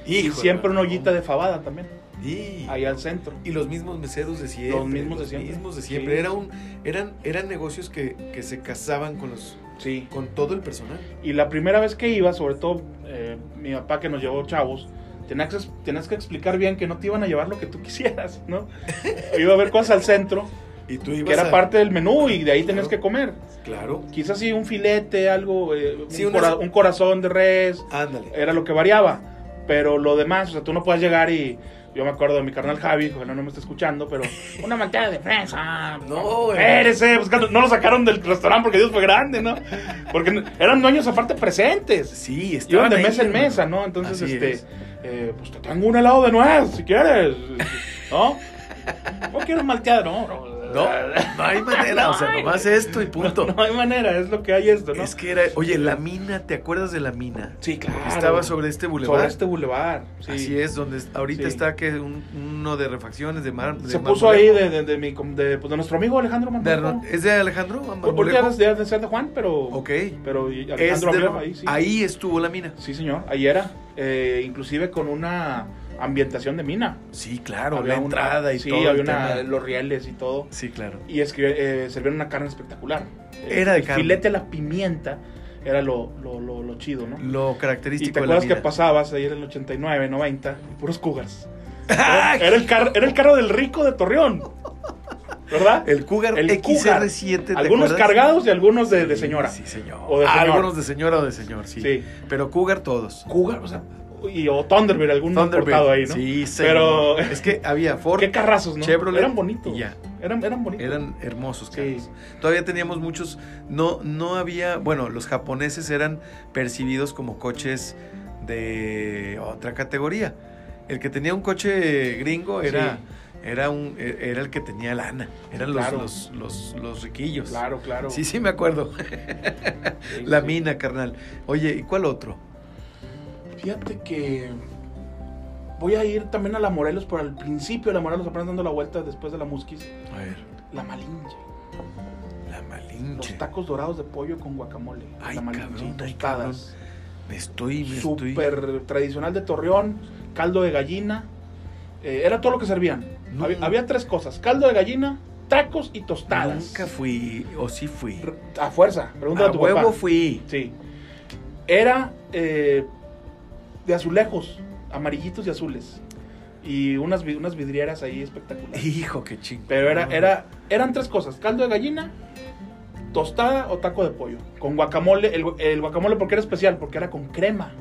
[SPEAKER 3] Y
[SPEAKER 2] Híjole,
[SPEAKER 3] siempre una ollita
[SPEAKER 2] no.
[SPEAKER 3] de fabada también.
[SPEAKER 2] Sí.
[SPEAKER 3] Ahí al centro.
[SPEAKER 2] Y los mismos meseros de siempre.
[SPEAKER 3] Los mismos de siempre.
[SPEAKER 2] mismos de siempre.
[SPEAKER 3] Sí.
[SPEAKER 2] Era un, eran, eran negocios que, que se casaban con, los,
[SPEAKER 3] Sí.
[SPEAKER 2] con todo el personal.
[SPEAKER 3] Y la primera vez que iba, sobre todo eh, mi papá que nos llevó chavos, tenías que, tenías que explicar bien que no te iban a llevar lo que tú quisieras, ¿no? iba a haber cosas al centro,
[SPEAKER 2] Y tú ibas
[SPEAKER 3] que era
[SPEAKER 2] a-
[SPEAKER 3] parte del menú y de ahí tenías
[SPEAKER 2] Claro.
[SPEAKER 3] que comer.
[SPEAKER 2] Claro.
[SPEAKER 3] Quizás sí un filete, algo, eh,
[SPEAKER 2] Sí,
[SPEAKER 3] un,
[SPEAKER 2] unas-
[SPEAKER 3] cora- un corazón de res,
[SPEAKER 2] Ándale.
[SPEAKER 3] era lo que variaba. Pero lo demás, o sea, tú no puedes llegar y. Yo me acuerdo de mi carnal Javi, ojalá no me esté escuchando, pero. Una manchada de fresa.
[SPEAKER 2] No, güey.
[SPEAKER 3] Espérese, pues, claro, no lo sacaron del restaurante porque Dios fue grande, ¿no? Porque no- eran dueños aparte presentes.
[SPEAKER 2] Sí,
[SPEAKER 3] Iban
[SPEAKER 2] estaban
[SPEAKER 3] de
[SPEAKER 2] ahí,
[SPEAKER 3] mesa en
[SPEAKER 2] hermano.
[SPEAKER 3] mesa, ¿no? Entonces,
[SPEAKER 2] Así
[SPEAKER 3] este.
[SPEAKER 2] es.
[SPEAKER 3] eh, pues te tengo un helado de nuez, si quieres. ¿No? No quiero malteada, no, bro.
[SPEAKER 2] No, no hay manera, o sea, nomás esto y punto.
[SPEAKER 3] No, no hay manera, es lo que hay esto, ¿no?
[SPEAKER 2] Es que era, oye, la mina, ¿te acuerdas de la mina?
[SPEAKER 3] Sí, claro.
[SPEAKER 2] Estaba sobre este bulevar.
[SPEAKER 3] Sobre este bulevar. Sí.
[SPEAKER 2] Así es, donde es- ahorita
[SPEAKER 3] Sí.
[SPEAKER 2] está que un- uno de refacciones de mar. de
[SPEAKER 3] Se puso ahí
[SPEAKER 2] marmolejo.
[SPEAKER 3] de, de, de mi com- de, pues, de nuestro amigo Alejandro
[SPEAKER 2] De
[SPEAKER 3] Marmolejo.
[SPEAKER 2] Arno- ¿Es de Alejandro?
[SPEAKER 3] Pues, porque ya
[SPEAKER 2] Marmolejo?
[SPEAKER 3] de, de ser de Juan, pero.
[SPEAKER 2] Ok.
[SPEAKER 3] Pero y-
[SPEAKER 2] Es
[SPEAKER 3] Alejandro
[SPEAKER 2] de-
[SPEAKER 3] Marmolejo, ahí sí.
[SPEAKER 2] ahí estuvo la mina.
[SPEAKER 3] Sí, señor, ahí era. Eh, inclusive con una ambientación de mina.
[SPEAKER 2] Sí, claro,
[SPEAKER 3] Había
[SPEAKER 2] la
[SPEAKER 3] una-
[SPEAKER 2] entrada y
[SPEAKER 3] sí,
[SPEAKER 2] todo. el
[SPEAKER 3] había una-
[SPEAKER 2] tema.
[SPEAKER 3] los rieles y todo.
[SPEAKER 2] Sí, claro.
[SPEAKER 3] Y es que eh, servían una carne espectacular. Eh,
[SPEAKER 2] Era de
[SPEAKER 3] el
[SPEAKER 2] carne.
[SPEAKER 3] filete a la pimienta era lo, lo, lo, lo chido, ¿no?
[SPEAKER 2] Lo
[SPEAKER 3] Y
[SPEAKER 2] característico
[SPEAKER 3] te
[SPEAKER 2] de la
[SPEAKER 3] acuerdas que
[SPEAKER 2] mina.
[SPEAKER 3] pasabas ahí en el 89, 90, y puros cougars. Era, era el carro, era el carro del rico de Torreón. ¿Verdad?
[SPEAKER 2] El Cougar
[SPEAKER 3] El
[SPEAKER 2] XR7. ¿te
[SPEAKER 3] Algunos
[SPEAKER 2] acuerdas?
[SPEAKER 3] cargados y algunos de, de señora.
[SPEAKER 2] Sí, señor.
[SPEAKER 3] O de
[SPEAKER 2] Ah,
[SPEAKER 3] señor.
[SPEAKER 2] Algunos de señora o de señor, sí.
[SPEAKER 3] Sí.
[SPEAKER 2] Pero Cougar todos.
[SPEAKER 3] Cougar, o sea, y o Thunderbird, algún
[SPEAKER 2] Thunderbird.
[SPEAKER 3] portado ahí, ¿no?
[SPEAKER 2] Sí, señor.
[SPEAKER 3] Pero
[SPEAKER 2] Es que había Ford,
[SPEAKER 3] qué carrazos, ¿no?
[SPEAKER 2] Chevrolet.
[SPEAKER 3] eran bonitos.
[SPEAKER 2] y ya.
[SPEAKER 3] Eran eran bonitos.
[SPEAKER 2] Eran hermosos
[SPEAKER 3] Sí.
[SPEAKER 2] carros. Todavía teníamos muchos. No, no había. Bueno, los japoneses eran percibidos como coches de otra categoría. El que tenía un coche gringo era.
[SPEAKER 3] Sí.
[SPEAKER 2] Era, un, e, era el que tenía lana. Eran los,
[SPEAKER 3] Claro.
[SPEAKER 2] los, los, los riquillos.
[SPEAKER 3] Claro, claro.
[SPEAKER 2] Sí, sí, me acuerdo.
[SPEAKER 3] Sí,
[SPEAKER 2] La
[SPEAKER 3] sí.
[SPEAKER 2] mina, carnal. Oye, ¿y cuál otro?
[SPEAKER 3] Fíjate que voy a ir también a la Morelos por al principio de la Morelos apenas dando la vuelta después de la Musquis,
[SPEAKER 2] A ver,
[SPEAKER 3] la Malinche.
[SPEAKER 2] la
[SPEAKER 3] Los
[SPEAKER 2] malinche.
[SPEAKER 3] tacos dorados de pollo con guacamole.
[SPEAKER 2] Ay,
[SPEAKER 3] la Malinche,
[SPEAKER 2] cabrón, ay,
[SPEAKER 3] tostadas.
[SPEAKER 2] Me estoy, me estoy.
[SPEAKER 3] Súper tradicional de Torreón, caldo de gallina. eh, era todo lo que servían.
[SPEAKER 2] No.
[SPEAKER 3] Había, había tres cosas: caldo de gallina, tacos y tostadas.
[SPEAKER 2] Nunca fui, o sí fui.
[SPEAKER 3] R- A fuerza, pregúntale
[SPEAKER 2] A
[SPEAKER 3] a tu
[SPEAKER 2] huevo
[SPEAKER 3] papá.
[SPEAKER 2] fui.
[SPEAKER 3] Sí. Era eh, de azulejos, amarillitos y azules. Y unas, vi- unas vidrieras ahí espectaculares.
[SPEAKER 2] Hijo, qué chingón.
[SPEAKER 3] Pero era, era, eran tres cosas: caldo de gallina, tostada o taco de pollo. Con guacamole. El, gu- el guacamole, porque era especial? Porque era con crema.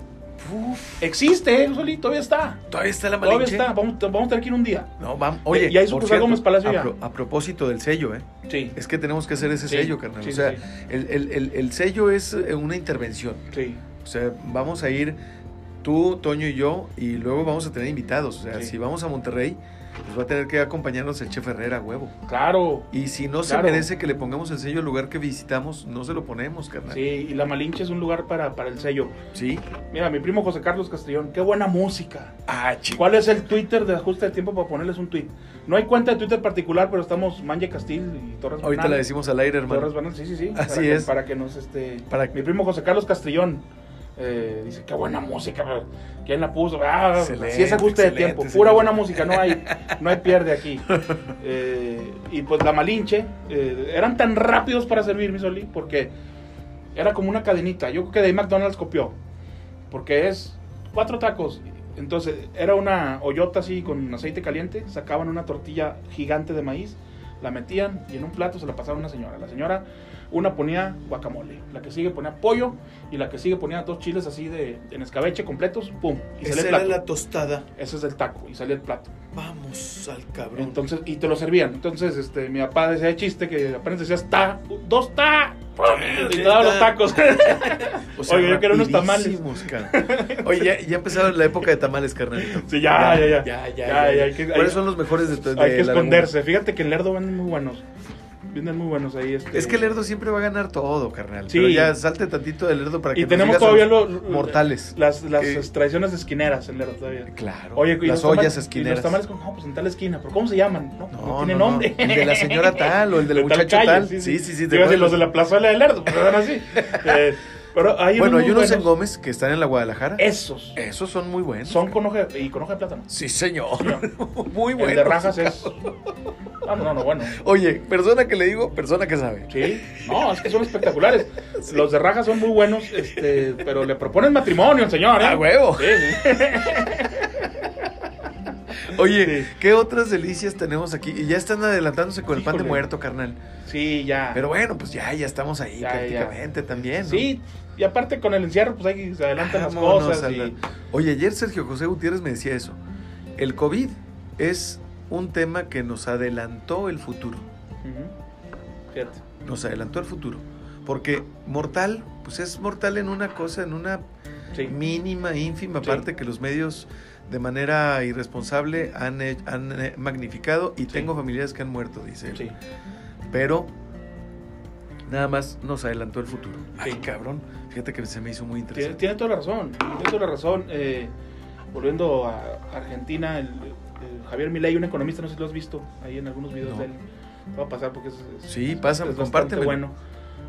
[SPEAKER 2] Uf,
[SPEAKER 3] Existe, eh, Solito, todavía está.
[SPEAKER 2] todavía está Eh, la
[SPEAKER 3] Todavía
[SPEAKER 2] malinche.
[SPEAKER 3] está, vamos, vamos a tener que ir un día.
[SPEAKER 2] No, vamos. Oye,
[SPEAKER 3] Ya hizo
[SPEAKER 2] por
[SPEAKER 3] Cruzal
[SPEAKER 2] cierto,
[SPEAKER 3] Gómez Palacio
[SPEAKER 2] a,
[SPEAKER 3] ya.
[SPEAKER 2] pro- a propósito del sello, ¿eh?
[SPEAKER 3] Sí.
[SPEAKER 2] Es que tenemos que hacer ese
[SPEAKER 3] Sí,
[SPEAKER 2] sello, carnal.
[SPEAKER 3] sí,
[SPEAKER 2] o sea,
[SPEAKER 3] sí,
[SPEAKER 2] el, el- el- el sello es eh, una intervención.
[SPEAKER 3] Sí.
[SPEAKER 2] O sea, vamos a ir tú, Toño y yo, y luego vamos a tener invitados. O sea,
[SPEAKER 3] Sí.
[SPEAKER 2] si vamos a Monterrey, pues va a tener que acompañarnos el chef Herrera, huevo.
[SPEAKER 3] Claro.
[SPEAKER 2] Y si no
[SPEAKER 3] Claro.
[SPEAKER 2] se merece que le pongamos el sello al lugar que visitamos, no se lo ponemos, carnal.
[SPEAKER 3] Sí, y la Malinche es un lugar para, para el sello.
[SPEAKER 2] Sí.
[SPEAKER 3] Mira, mi primo José Carlos Castrillón, qué buena música.
[SPEAKER 2] Ah, chico.
[SPEAKER 3] ¿Cuál es el Twitter de ajuste de tiempo para ponerles un tweet? No hay cuenta de Twitter particular, pero estamos Manje Castil y Torres
[SPEAKER 2] Ahorita
[SPEAKER 3] Bernal.
[SPEAKER 2] la decimos al aire, hermano.
[SPEAKER 3] Torres Bernal, sí, sí, sí.
[SPEAKER 2] Así
[SPEAKER 3] para que-
[SPEAKER 2] es.
[SPEAKER 3] para que nos este.
[SPEAKER 2] Para
[SPEAKER 3] Mi primo José Carlos Castrillón eh, dice, qué buena música. pero ¿Quién la puso? Ah, así
[SPEAKER 2] Excelente,
[SPEAKER 3] es ajuste de
[SPEAKER 2] excelente,
[SPEAKER 3] tiempo. Pura
[SPEAKER 2] señor.
[SPEAKER 3] buena música, no hay, no hay pierde aquí. Eh, y pues la Malinche, eh, eran tan rápidos para servir, mi Soli, porque era como una cadenita. Yo creo que de ahí McDonald's copió, porque es cuatro tacos. Entonces era una hoyota así con aceite caliente, sacaban una tortilla gigante de maíz, la metían y en un plato se la pasaba a una señora. La señora, una ponía guacamole, la que sigue ponía pollo y la que sigue ponía dos chiles así de en escabeche completos, pum, y salía
[SPEAKER 2] Esa
[SPEAKER 3] el
[SPEAKER 2] era
[SPEAKER 3] plato.
[SPEAKER 2] la tostada.
[SPEAKER 3] Ese es el taco y salía el plato.
[SPEAKER 2] Vamos al cabrón.
[SPEAKER 3] Entonces, y te lo servían. Entonces, este, mi papá decía de chiste que apenas decías ta, dos ta, y te daba los tacos. Oye, yo quiero unos tamales.
[SPEAKER 2] rapidísimos, carnal. Oye, ya, ya empezaron la época de tamales, carnalito.
[SPEAKER 3] Sí, ya, ya, ya.
[SPEAKER 2] Ya, ya,
[SPEAKER 3] Ya,
[SPEAKER 2] ya,
[SPEAKER 3] ya,
[SPEAKER 2] ya.
[SPEAKER 3] hay que-
[SPEAKER 2] ¿Cuáles
[SPEAKER 3] hay-
[SPEAKER 2] son los mejores de, to- de
[SPEAKER 3] Hay que
[SPEAKER 2] la
[SPEAKER 3] esconderse. Fíjate que en Lerdo venden muy buenos. Venden muy buenos ahí.
[SPEAKER 2] laguna?
[SPEAKER 3] Este.
[SPEAKER 2] Es que el Lerdo siempre va a ganar todo, carnal.
[SPEAKER 3] Sí.
[SPEAKER 2] Pero ya salte tantito del Lerdo para que
[SPEAKER 3] Y
[SPEAKER 2] nos
[SPEAKER 3] tenemos
[SPEAKER 2] digas a
[SPEAKER 3] todavía
[SPEAKER 2] los
[SPEAKER 3] los
[SPEAKER 2] mortales.
[SPEAKER 3] Las, las
[SPEAKER 2] ¿Qué?
[SPEAKER 3] tradiciones esquineras en Lerdo todavía.
[SPEAKER 2] Claro.
[SPEAKER 3] Oye, y
[SPEAKER 2] las
[SPEAKER 3] los tamales-
[SPEAKER 2] ollas
[SPEAKER 3] Y
[SPEAKER 2] esquineras.
[SPEAKER 3] los tamales con, no, pues en tal esquina. ¿Pero cómo se llaman? No, no,
[SPEAKER 2] No,
[SPEAKER 3] tiene
[SPEAKER 2] no, no.
[SPEAKER 3] nombre.
[SPEAKER 2] El de la señora tal o el del
[SPEAKER 3] De tal
[SPEAKER 2] muchacho
[SPEAKER 3] calle,
[SPEAKER 2] tal.
[SPEAKER 3] Sí,
[SPEAKER 2] Sí, sí, sí. te
[SPEAKER 3] Te iba a decir
[SPEAKER 2] acuerdas.
[SPEAKER 3] los de la plazuela de Lerdo, pero eran así. Eh, pero hay
[SPEAKER 2] Bueno,
[SPEAKER 3] unos
[SPEAKER 2] hay
[SPEAKER 3] muy
[SPEAKER 2] unos en
[SPEAKER 3] buenos.
[SPEAKER 2] Gómez que están en la Guadalajara.
[SPEAKER 3] Esos.
[SPEAKER 2] Esos son muy buenos.
[SPEAKER 3] Son con hoja, y con hoja de plátano.
[SPEAKER 2] Sí, señor.
[SPEAKER 3] El
[SPEAKER 2] muy buenos.
[SPEAKER 3] de rajas es. Ah, no, no, bueno.
[SPEAKER 2] Oye, persona que le digo, persona que sabe.
[SPEAKER 3] Sí, no, es que son espectaculares. Los de rajas son muy buenos, este, pero le proponen matrimonio al señor, ¿eh?
[SPEAKER 2] ¡A huevo!
[SPEAKER 3] Sí, sí.
[SPEAKER 2] Oye,
[SPEAKER 3] Sí.
[SPEAKER 2] ¿qué otras delicias tenemos aquí? Y ya están adelantándose con el pan de
[SPEAKER 3] Híjole.
[SPEAKER 2] muerto, carnal.
[SPEAKER 3] Sí, ya.
[SPEAKER 2] Pero bueno, pues ya, ya estamos ahí
[SPEAKER 3] Ya, ya.
[SPEAKER 2] prácticamente también. ¿no?
[SPEAKER 3] sí, y aparte con el encierro, pues hay que se adelantan las
[SPEAKER 2] Ah, Vámonos a
[SPEAKER 3] cosas.
[SPEAKER 2] la-
[SPEAKER 3] Y,
[SPEAKER 2] Oye, ayer Sergio José Gutiérrez me decía eso. El COVID es un tema que nos adelantó el futuro.
[SPEAKER 3] Ujú. Fíjate.
[SPEAKER 2] Nos adelantó el futuro. Porque mortal, pues es mortal en una cosa, en una
[SPEAKER 3] Sí.
[SPEAKER 2] mínima, ínfima
[SPEAKER 3] Sí.
[SPEAKER 2] parte que los medios de manera irresponsable han, he- han, eh, magnificado y
[SPEAKER 3] Sí.
[SPEAKER 2] tengo familiares que han muerto, dice él.
[SPEAKER 3] Sí.
[SPEAKER 2] Pero nada más nos adelantó el futuro. Ay,
[SPEAKER 3] Sí.
[SPEAKER 2] cabrón. Fíjate que se me hizo muy
[SPEAKER 3] Tiene,
[SPEAKER 2] interesante.
[SPEAKER 3] tiene toda la razón, tiene toda la razón. Eh, volviendo a Argentina, el, el Javier Milei, un economista, no sé si lo has visto ahí en algunos videos
[SPEAKER 2] No.
[SPEAKER 3] de él. Te Va a pasar porque es, es-
[SPEAKER 2] Sí, pásame,
[SPEAKER 3] es bastante
[SPEAKER 2] compárteme.
[SPEAKER 3] bueno.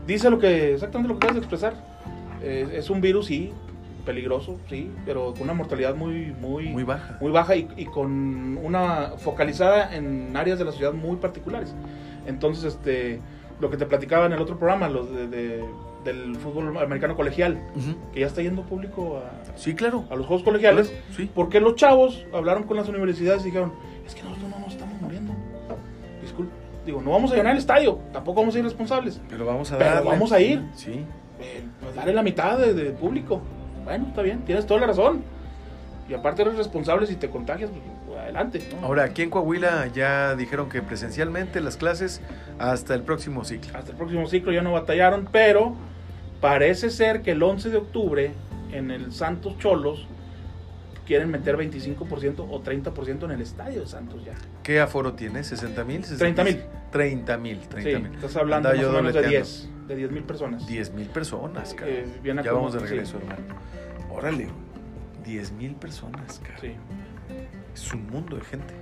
[SPEAKER 3] Dice lo que exactamente lo que acabas de expresar. Eh, es un virus, sí, peligroso, sí, pero con una mortalidad muy, muy,
[SPEAKER 2] Muy baja.
[SPEAKER 3] muy baja y, y con una focalizada en áreas de la sociedad muy particulares. Entonces, este, lo que te platicaba en el otro programa, los de- de- del fútbol americano colegial,
[SPEAKER 2] Ujú.
[SPEAKER 3] que ya está yendo público a,
[SPEAKER 2] Sí, claro.
[SPEAKER 3] a los juegos colegiales,
[SPEAKER 2] Claro, Sí.
[SPEAKER 3] porque los chavos hablaron con las universidades y dijeron, es que nosotros no nos estamos muriendo. Disculpe. Digo, no vamos a llenar el estadio, tampoco vamos a ir responsables.
[SPEAKER 2] Pero vamos a
[SPEAKER 3] Pero
[SPEAKER 2] darle.
[SPEAKER 3] vamos a ir.
[SPEAKER 2] Sí.
[SPEAKER 3] Eh, pues dale la mitad de, de público. Bueno, está bien, tienes toda la razón. Y aparte eres responsable si te contagias, pues, pues, adelante. ¿no?
[SPEAKER 2] Ahora, aquí en Coahuila ya dijeron que presencialmente las clases hasta el próximo ciclo.
[SPEAKER 3] Hasta el próximo ciclo ya no batallaron, pero parece ser que el 11 de octubre en el Santos Cholos quieren meter 25% o 30% en el estadio de Santos ya.
[SPEAKER 2] ¿Qué aforo tiene? ¿60 mil?
[SPEAKER 3] 30 mil.
[SPEAKER 2] 30 mil. 30
[SPEAKER 3] Sí,
[SPEAKER 2] mil.
[SPEAKER 3] estás hablando
[SPEAKER 2] Andaba
[SPEAKER 3] más
[SPEAKER 2] yo
[SPEAKER 3] o menos de
[SPEAKER 2] dobleteando.
[SPEAKER 3] 10, de 10 mil personas.
[SPEAKER 2] 10 mil personas,
[SPEAKER 3] Eh,
[SPEAKER 2] cabrón.
[SPEAKER 3] bien
[SPEAKER 2] ya vamos de
[SPEAKER 3] acomodadas,
[SPEAKER 2] regreso, hermano. Órale, güey. 10 mil personas, cabrón.
[SPEAKER 3] Sí.
[SPEAKER 2] Es un mundo de gente.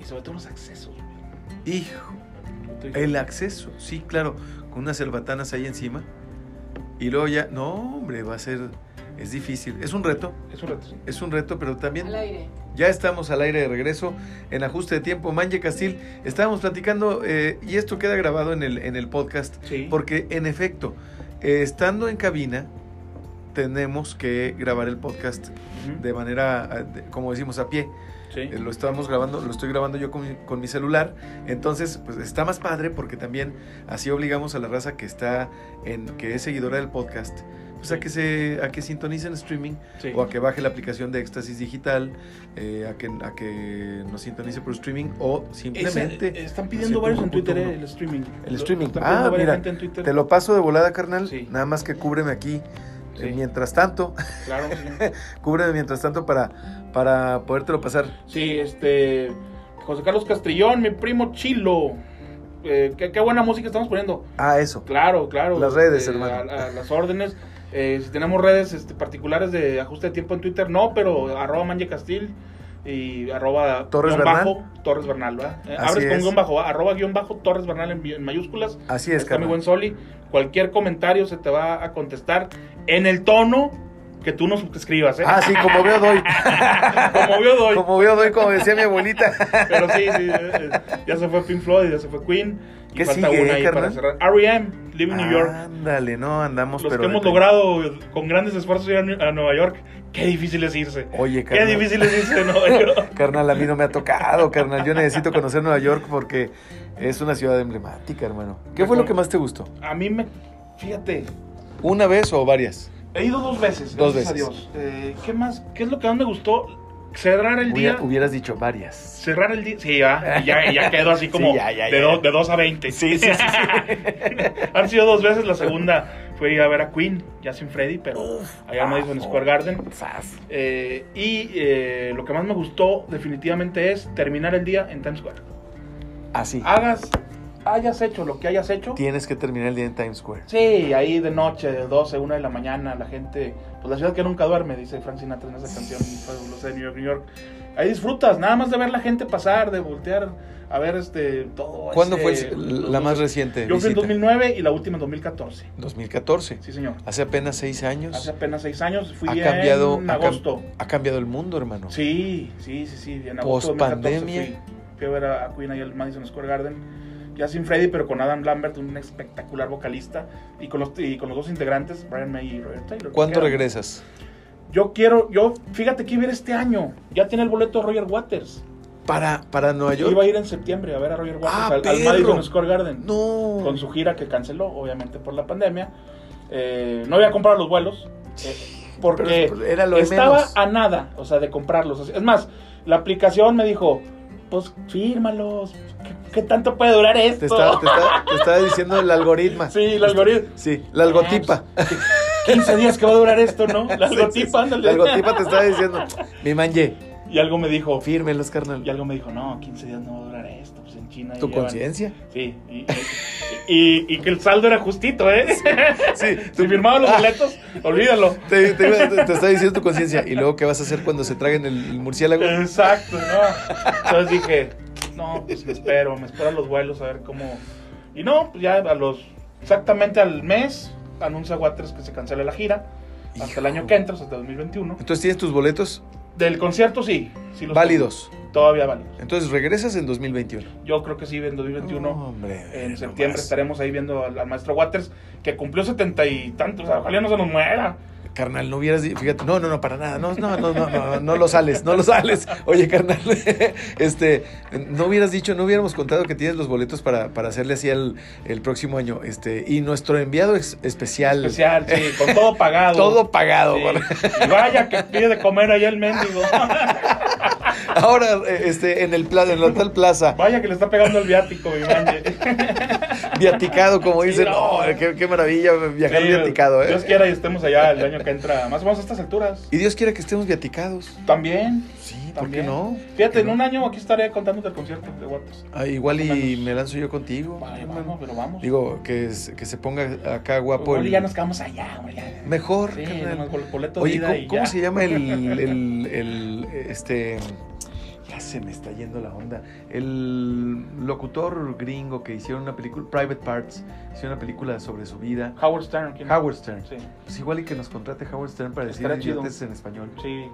[SPEAKER 3] Y sobre todo los accesos. güey.
[SPEAKER 2] Hijo,
[SPEAKER 3] Yo te digo,
[SPEAKER 2] el acceso. Sí, claro, con unas cerbatanas ahí encima. Y luego ya, no, hombre, va a ser, es difícil. Es un reto,
[SPEAKER 3] Es un reto. sí.
[SPEAKER 2] es un reto, pero también
[SPEAKER 1] Al aire.
[SPEAKER 2] Ya estamos al aire de regreso en ajuste de tiempo. Manje Castil, estábamos platicando eh, y esto queda grabado en el, en el podcast
[SPEAKER 3] Sí.
[SPEAKER 2] porque en efecto, eh, estando en cabina, tenemos que grabar el podcast
[SPEAKER 3] Ujú.
[SPEAKER 2] de manera, eh, de- como decimos, a pie.
[SPEAKER 3] Sí.
[SPEAKER 2] Eh, lo estábamos grabando, lo estoy grabando yo con mi, con mi celular. Entonces, pues está más padre porque también así obligamos a la raza que está en, que es seguidora del podcast, pues a que se, a que sintonicen streaming
[SPEAKER 3] Sí.
[SPEAKER 2] o a que baje la aplicación de Éxtasis Digital, eh, a, que, a que nos sintonice por streaming o simplemente...
[SPEAKER 3] Ese- eh, están pidiendo varios en Twitter eh, el streaming.
[SPEAKER 2] El
[SPEAKER 3] Lo-
[SPEAKER 2] streaming.
[SPEAKER 3] están
[SPEAKER 2] Ah,
[SPEAKER 3] pidiendo varias
[SPEAKER 2] mira,
[SPEAKER 3] gente En Twitter.
[SPEAKER 2] Te lo paso de volada, carnal.
[SPEAKER 3] eh, Sí.
[SPEAKER 2] Nada más que cúbreme aquí.
[SPEAKER 3] Sí,
[SPEAKER 2] eh, mientras tanto,
[SPEAKER 3] Claro. sí.
[SPEAKER 2] cúbreme mientras tanto para, para podértelo pasar.
[SPEAKER 3] Sí, este. José Carlos Castrillón, mi primo Chilo. Eh, qué, qué buena música estamos poniendo.
[SPEAKER 2] Ah, eso.
[SPEAKER 3] Claro, claro.
[SPEAKER 2] Las redes,
[SPEAKER 3] este,
[SPEAKER 2] hermano.
[SPEAKER 3] a- a las órdenes. Eh, si tenemos redes este, particulares de ajuste de tiempo en Twitter, no, pero arroba Manje Castil y arroba
[SPEAKER 2] Torres
[SPEAKER 3] guión
[SPEAKER 2] Bernal.
[SPEAKER 3] bajo, Torres Bernal, ¿verdad? Eh,
[SPEAKER 2] Así
[SPEAKER 3] abres con
[SPEAKER 2] es.
[SPEAKER 3] guión bajo, ¿va? arroba guión bajo Torres Bernal en, en mayúsculas.
[SPEAKER 2] Así es,
[SPEAKER 3] Está mi
[SPEAKER 2] carnal.
[SPEAKER 3] buen Soli. Cualquier comentario se te va a contestar en el tono Que tú nos suscribas, ¿eh?
[SPEAKER 2] Ah, sí, como veo doy.
[SPEAKER 3] Como yo doy.
[SPEAKER 2] Como veo doy, como decía mi abuelita.
[SPEAKER 3] Pero sí, sí, eh, eh, ya se fue Pink Floyd, ya se fue Queen. Y
[SPEAKER 2] ¿Qué
[SPEAKER 3] falta
[SPEAKER 2] sigue,
[SPEAKER 3] una ahí
[SPEAKER 2] carnal? Ah.
[SPEAKER 3] para cerrar. R.E.M., Live in New York.
[SPEAKER 2] Ándale, no, andamos
[SPEAKER 3] Los
[SPEAKER 2] pero
[SPEAKER 3] que
[SPEAKER 2] de
[SPEAKER 3] hemos
[SPEAKER 2] pe-
[SPEAKER 3] logrado con grandes esfuerzos ir a, New- a Nueva York. Qué difícil es irse.
[SPEAKER 2] Oye,
[SPEAKER 3] Qué
[SPEAKER 2] carnal.
[SPEAKER 3] difícil es irse de Nueva York.
[SPEAKER 2] Carnal, a mí no me ha tocado, carnal. Yo necesito conocer Nueva York porque es una ciudad emblemática, hermano. ¿Qué
[SPEAKER 3] Pues
[SPEAKER 2] fue lo que más te gustó?
[SPEAKER 3] A mí me. Fíjate,
[SPEAKER 2] ¿Una vez o varias?
[SPEAKER 3] He ido dos veces,
[SPEAKER 2] Dos
[SPEAKER 3] gracias
[SPEAKER 2] veces.
[SPEAKER 3] a Dios. Eh, ¿Qué más? ¿Qué es lo que más me gustó? Cerrar el
[SPEAKER 2] Hubiera-
[SPEAKER 3] día.
[SPEAKER 2] hubieras dicho varias.
[SPEAKER 3] Cerrar el día. Sí, ya, y ya, y ya quedó así como
[SPEAKER 2] Sí, ya, ya,
[SPEAKER 3] de,
[SPEAKER 2] ya.
[SPEAKER 3] do- de dos a veinte.
[SPEAKER 2] Sí, sí, sí,
[SPEAKER 3] Han sido dos veces. La segunda fue ir a ver a Queen, ya sin Freddy, pero allá
[SPEAKER 2] ah,
[SPEAKER 3] en Madison
[SPEAKER 2] oh.
[SPEAKER 3] Square Garden.
[SPEAKER 2] Sas.
[SPEAKER 3] Eh, y eh, lo que más me gustó definitivamente es terminar el día en Times Square.
[SPEAKER 2] Así.
[SPEAKER 3] Hagas, hayas hecho lo que hayas hecho.
[SPEAKER 2] Tienes que terminar el día en Times Square.
[SPEAKER 3] Sí, ahí de noche, de 12, 1 de la mañana, la gente, pues la ciudad que nunca duerme, dice Frank Sinatra en esa canción fabulosa de New York, New York. Ahí disfrutas, nada más de ver la gente pasar, de voltear, a ver este, todo
[SPEAKER 2] ¿Cuándo
[SPEAKER 3] ese-
[SPEAKER 2] fue el- la
[SPEAKER 3] los-
[SPEAKER 2] más reciente
[SPEAKER 3] Yo fui en
[SPEAKER 2] visita?
[SPEAKER 3] 2009 y la última en 2014,
[SPEAKER 2] 2014.
[SPEAKER 3] sí señor.
[SPEAKER 2] Hace apenas seis años.
[SPEAKER 3] Hace apenas seis años, fui
[SPEAKER 2] Pues, ha cambiado,
[SPEAKER 3] en
[SPEAKER 2] ha cam-
[SPEAKER 3] agosto.
[SPEAKER 2] Ha, cambiado el mundo, hermano.
[SPEAKER 3] Sí, sí, sí, sí, en agosto de 2014
[SPEAKER 2] Pospandemia.
[SPEAKER 3] fui, fui a ver a, a Queen ahí al Madison Square Garden, ya sin Freddy, pero con Adam Lambert, un espectacular vocalista, y con los, y con los dos integrantes, Brian May y Roger Taylor.
[SPEAKER 2] ¿Cuándo
[SPEAKER 3] Quedan.
[SPEAKER 2] regresas?
[SPEAKER 3] Yo quiero, yo, fíjate que iba a ir este año, ya tiene el boleto Roger Waters.
[SPEAKER 2] Para, para Nueva York.
[SPEAKER 3] Iba a ir en septiembre a ver a Roger Waters
[SPEAKER 2] Ah,
[SPEAKER 3] al- al,
[SPEAKER 2] perro.
[SPEAKER 3] Madison Square Garden,
[SPEAKER 2] No.
[SPEAKER 3] con su gira que canceló, obviamente, por la pandemia. Eh, no había comprado los vuelos, eh, porque...
[SPEAKER 2] Pero era lo de
[SPEAKER 3] Estaba
[SPEAKER 2] menos.
[SPEAKER 3] a nada, o sea, de comprarlos. O sea, Es más, la aplicación me dijo, pues fírmalos, ¿qué, qué tanto puede durar esto?
[SPEAKER 2] Te estaba, te estaba- te estaba diciendo el algoritmo.
[SPEAKER 3] Sí, el algoritmo.
[SPEAKER 2] Sí, la algotipa.
[SPEAKER 3] 15 días que va a durar esto, ¿no? La
[SPEAKER 2] Sí,
[SPEAKER 3] algotipa,
[SPEAKER 2] sí, sí.
[SPEAKER 3] ándale.
[SPEAKER 2] La algotipa te estaba diciendo, mi manje,
[SPEAKER 3] Y algo me dijo,
[SPEAKER 2] fírmelos, carnal.
[SPEAKER 3] y algo me dijo, no, 15 días no va a durar esto, pues en China.
[SPEAKER 2] ¿Tu
[SPEAKER 3] llevan-
[SPEAKER 2] conciencia?
[SPEAKER 3] Sí, y, y- y- y que el saldo era justito, ¿eh?
[SPEAKER 2] Sí.
[SPEAKER 3] Si firmaba los
[SPEAKER 2] Ah,
[SPEAKER 3] boletos, olvídalo.
[SPEAKER 2] Te, te, te- te está diciendo tu conciencia. ¿Y luego qué vas a hacer cuando se traguen el, el murciélago?
[SPEAKER 3] Eh. Exacto, ¿no? Entonces dije, no, pues me espero, me esperan los vuelos a ver cómo. Y no, pues ya a los. Exactamente al mes anuncia Waters que se cancela la gira. Hasta el año que entra, hasta 2021.
[SPEAKER 2] Entonces tienes tus boletos
[SPEAKER 3] Del concierto sí, sí los
[SPEAKER 2] válidos.
[SPEAKER 3] tengo, Todavía válidos.
[SPEAKER 2] Entonces regresas en 2021.
[SPEAKER 3] Yo creo que sí, en 2021.
[SPEAKER 2] No, hombre.
[SPEAKER 3] En
[SPEAKER 2] no
[SPEAKER 3] septiembre
[SPEAKER 2] más.
[SPEAKER 3] estaremos ahí viendo al, al maestro Waters, que cumplió setenta y tantos. O sea, ojalá no se nos muera.
[SPEAKER 2] Carnal, no hubieras di- fíjate, no, no, no, para nada, no, no, no, no, no, no lo sales, no lo sales. Oye, carnal, este, no hubieras dicho, no hubiéramos contado que tienes los boletos para, para hacerle así el, el próximo año, este, y nuestro enviado es- especial,
[SPEAKER 3] Especial, sí, con todo pagado.
[SPEAKER 2] todo pagado.
[SPEAKER 3] Sí.
[SPEAKER 2] por-
[SPEAKER 3] Y vaya que pide de comer allá el mendigo.
[SPEAKER 2] Ahora, eh, este, en el plaza, en la tal plaza,
[SPEAKER 3] Vaya que le está pegando el viático, mi manje.
[SPEAKER 2] viaticado, como
[SPEAKER 3] Sí,
[SPEAKER 2] dicen,
[SPEAKER 3] no. eh.
[SPEAKER 2] no, qué, qué maravilla viajar viaticado, ¿eh?
[SPEAKER 3] Dios quiera y estemos allá el año que entra. Más o menos a estas alturas.
[SPEAKER 2] Y Dios quiera que estemos viaticados.
[SPEAKER 3] También.
[SPEAKER 2] Sí, ¿por qué
[SPEAKER 3] También.
[SPEAKER 2] no? ¿Por
[SPEAKER 3] Fíjate,
[SPEAKER 2] qué
[SPEAKER 3] en
[SPEAKER 2] no?
[SPEAKER 3] un año aquí estaré contándote el concierto de Waters.
[SPEAKER 2] Ah, igual
[SPEAKER 3] Más o
[SPEAKER 2] y
[SPEAKER 3] menos.
[SPEAKER 2] me lanzo yo contigo.
[SPEAKER 3] Vale,
[SPEAKER 2] hermano.
[SPEAKER 3] vamos, pero vamos.
[SPEAKER 2] Digo, que, es- que se ponga acá guapo
[SPEAKER 3] Igual
[SPEAKER 2] el-
[SPEAKER 3] y ya nos quedamos allá, hombre. ya.
[SPEAKER 2] Mejor,
[SPEAKER 3] Sí,
[SPEAKER 2] carnal.
[SPEAKER 3] nomás bol- boleto de
[SPEAKER 2] Oye,
[SPEAKER 3] ida
[SPEAKER 2] ¿cómo,
[SPEAKER 3] y
[SPEAKER 2] cómo
[SPEAKER 3] ya.
[SPEAKER 2] se llama el, el- el- este ya se me está yendo la onda. El locutor gringo que hicieron una película Private Parts, hicieron una película sobre su vida.
[SPEAKER 3] Howard Stern. ¿quién?
[SPEAKER 2] Howard Stern.
[SPEAKER 3] Ah, Sí,
[SPEAKER 2] Pues igual y que nos contrate Howard Stern para decir
[SPEAKER 3] Estará chido.
[SPEAKER 2] idiotes en español.
[SPEAKER 3] sí.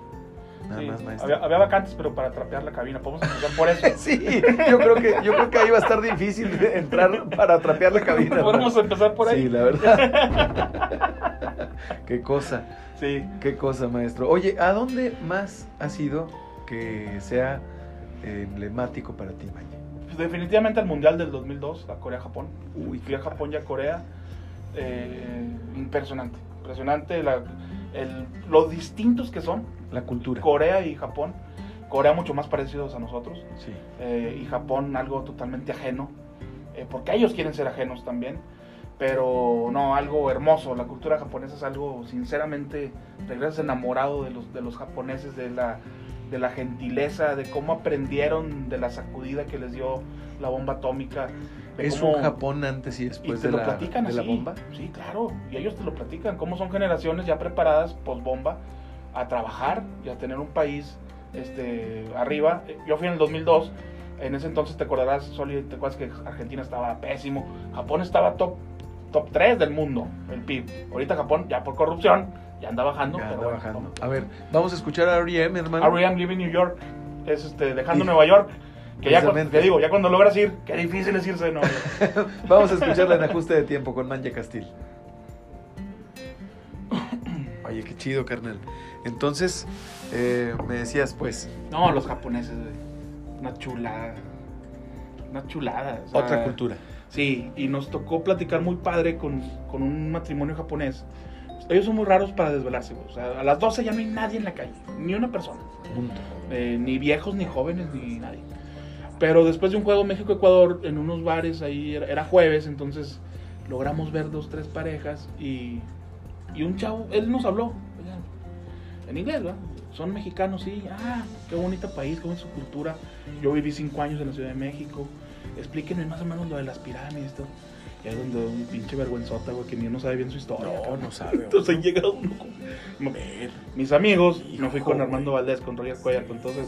[SPEAKER 2] Nada
[SPEAKER 3] sí.
[SPEAKER 2] más, maestro.
[SPEAKER 3] Había, había vacantes, pero para trapear la cabina. Podemos empezar por eso.
[SPEAKER 2] Sí, yo creo que yo creo que ahí va a estar difícil entrar para trapear la cabina.
[SPEAKER 3] Podemos
[SPEAKER 2] hermano.
[SPEAKER 3] empezar por
[SPEAKER 2] Sí,
[SPEAKER 3] ahí.
[SPEAKER 2] la verdad. Qué cosa.
[SPEAKER 3] Sí.
[SPEAKER 2] Qué cosa, maestro. Oye, ¿a dónde más ha sido que sea emblemático para ti, Maña?
[SPEAKER 3] Pues definitivamente al Mundial del 2002, a Corea-Japón.
[SPEAKER 2] Uy,
[SPEAKER 3] Fui a Japón y a Corea. eh, impresionante, impresionante la- el- lo distintos que son
[SPEAKER 2] La cultura.
[SPEAKER 3] Corea y Japón. Corea mucho más parecidos a nosotros
[SPEAKER 2] Sí.
[SPEAKER 3] eh, y Japón algo totalmente ajeno, eh, porque ellos quieren ser ajenos también, pero no, algo hermoso, la cultura japonesa es algo, sinceramente, regresas enamorado de los, de los japoneses, de la, de la gentileza, de cómo aprendieron de la sacudida que les dio la bomba atómica. de
[SPEAKER 2] Es
[SPEAKER 3] cómo-
[SPEAKER 2] un Japón antes y
[SPEAKER 3] y
[SPEAKER 2] después
[SPEAKER 3] te
[SPEAKER 2] Pues de,
[SPEAKER 3] lo
[SPEAKER 2] la,
[SPEAKER 3] platican
[SPEAKER 2] de
[SPEAKER 3] así.
[SPEAKER 2] la bomba.
[SPEAKER 3] Sí, claro. Y ellos te lo platican. Cómo son generaciones ya preparadas post bomba a trabajar y a tener un país este, arriba. Yo fui en el 2002. En ese entonces te acordarás, Soli, te acuerdas que Argentina estaba pésimo. Japón estaba top, top 3 del mundo, el PIB. Ahorita Japón, ya por corrupción, Ya anda bajando.
[SPEAKER 2] Ya
[SPEAKER 3] pero
[SPEAKER 2] anda
[SPEAKER 3] bueno, E
[SPEAKER 2] bajando. A ver, vamos a escuchar a R.E.M., hermano.
[SPEAKER 3] R.E.M. Living New York es este, dejando
[SPEAKER 2] Sí.
[SPEAKER 3] Nueva York. Que ya, cu-
[SPEAKER 2] Precisamente.
[SPEAKER 3] te digo, ya cuando logras ir, qué difícil es irse de Nueva York.
[SPEAKER 2] Vamos a escucharla en ajuste de tiempo con Manja Castil. Oye, qué chido, carnal. Entonces, eh, me decías, pues,
[SPEAKER 3] No, los japoneses, güey. Una chulada. Una chulada. o sea,
[SPEAKER 2] otra cultura.
[SPEAKER 3] Sí, y nos tocó platicar muy padre con, con un matrimonio japonés. Ellos son muy raros para desvelarse, güey. O sea, a las 12 ya no hay nadie en la calle, ni una persona.
[SPEAKER 2] Punto.
[SPEAKER 3] Eh, ni viejos, ni jóvenes, ni nadie. Pero después de un juego México-Ecuador, en unos bares, ahí era, era jueves, entonces logramos ver dos, tres parejas y, y un chavo, él nos habló, oigan, en inglés, ¿verdad? Son mexicanos, sí, ah, qué bonito país, qué bonita su cultura. Yo viví cinco años en la Ciudad de México, explíquenme más o menos lo de las pirámides, todo. Y ahí es donde un pinche vergüenzota, güey, que ni uno sabe bien su historia. cabrón.
[SPEAKER 2] sabe.
[SPEAKER 3] Entonces llega uno con... Mis amigos, no fui con Armando Valdés, con Roger Cuellar, con entonces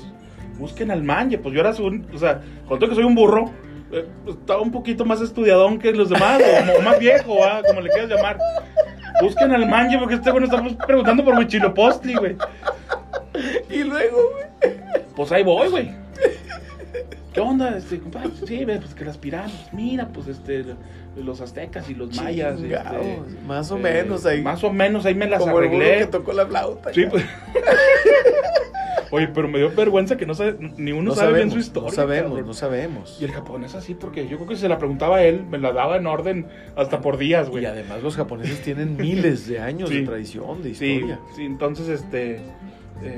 [SPEAKER 3] busquen al manje, pues yo era su... O sea, con todo que soy un burro, eh, estaba un poquito más estudiadón que los demás, o, o más viejo, ah, como le quieras llamar. Busquen al manje porque este güey nos está preguntando por mi chilo postli, güey.
[SPEAKER 2] Y luego,
[SPEAKER 3] Pues ahí voy, güey. ¿Qué onda? Este, compadre? Sí, ve, pues que las pirámides, mira, pues este, los aztecas y los mayas. este,
[SPEAKER 2] chingados, más o
[SPEAKER 3] eh,
[SPEAKER 2] menos ahí.
[SPEAKER 3] Más o menos ahí me las
[SPEAKER 2] como el burro
[SPEAKER 3] arreglé.
[SPEAKER 2] que tocó la flauta.
[SPEAKER 3] Sí, pues. Oye, pero me dio vergüenza que no sabe, ni uno sabe bien su historia.
[SPEAKER 2] No sabemos,
[SPEAKER 3] cabrón.
[SPEAKER 2] no sabemos.
[SPEAKER 3] Y el japonés así, porque yo creo que si se la preguntaba a él, me la daba en orden hasta por días, güey.
[SPEAKER 2] Y además los japoneses tienen miles de años
[SPEAKER 3] Sí.
[SPEAKER 2] de tradición, de
[SPEAKER 3] Sí,
[SPEAKER 2] historia.
[SPEAKER 3] sí, entonces este eh,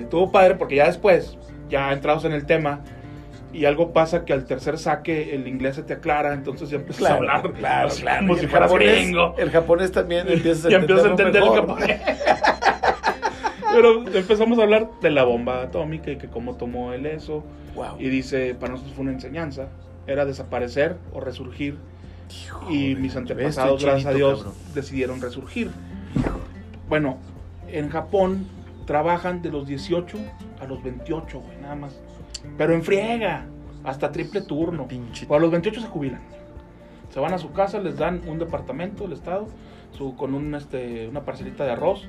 [SPEAKER 3] estuvo padre porque ya después, ya entrados en el tema, y algo pasa que al tercer saque el inglés se te aclara, entonces ya empiezas a hablar
[SPEAKER 2] claro,
[SPEAKER 3] así
[SPEAKER 2] claro.
[SPEAKER 3] como
[SPEAKER 2] Y
[SPEAKER 3] si
[SPEAKER 2] el
[SPEAKER 3] fueras
[SPEAKER 2] japonés-
[SPEAKER 3] gringo.
[SPEAKER 2] El japonés también empieza a
[SPEAKER 3] Ya empiezas a entender el
[SPEAKER 2] entenderlo mejor.
[SPEAKER 3] japonés. Pero empezamos a hablar de la bomba atómica y que cómo tomó él eso.
[SPEAKER 2] Wow.
[SPEAKER 3] Y dice, para nosotros fue una enseñanza, era desaparecer o resurgir. y mis
[SPEAKER 2] este
[SPEAKER 3] antepasados, gracias a Dios, decidieron resurgir. Bueno, en Japón trabajan de los 18 a los 28, güey, nada más. Pero en friega, hasta triple turno.
[SPEAKER 2] Pinche.
[SPEAKER 3] O a los 28 se jubilan. Se van a su casa, les dan un departamento del Estado su, con un, este, una parcelita de arroz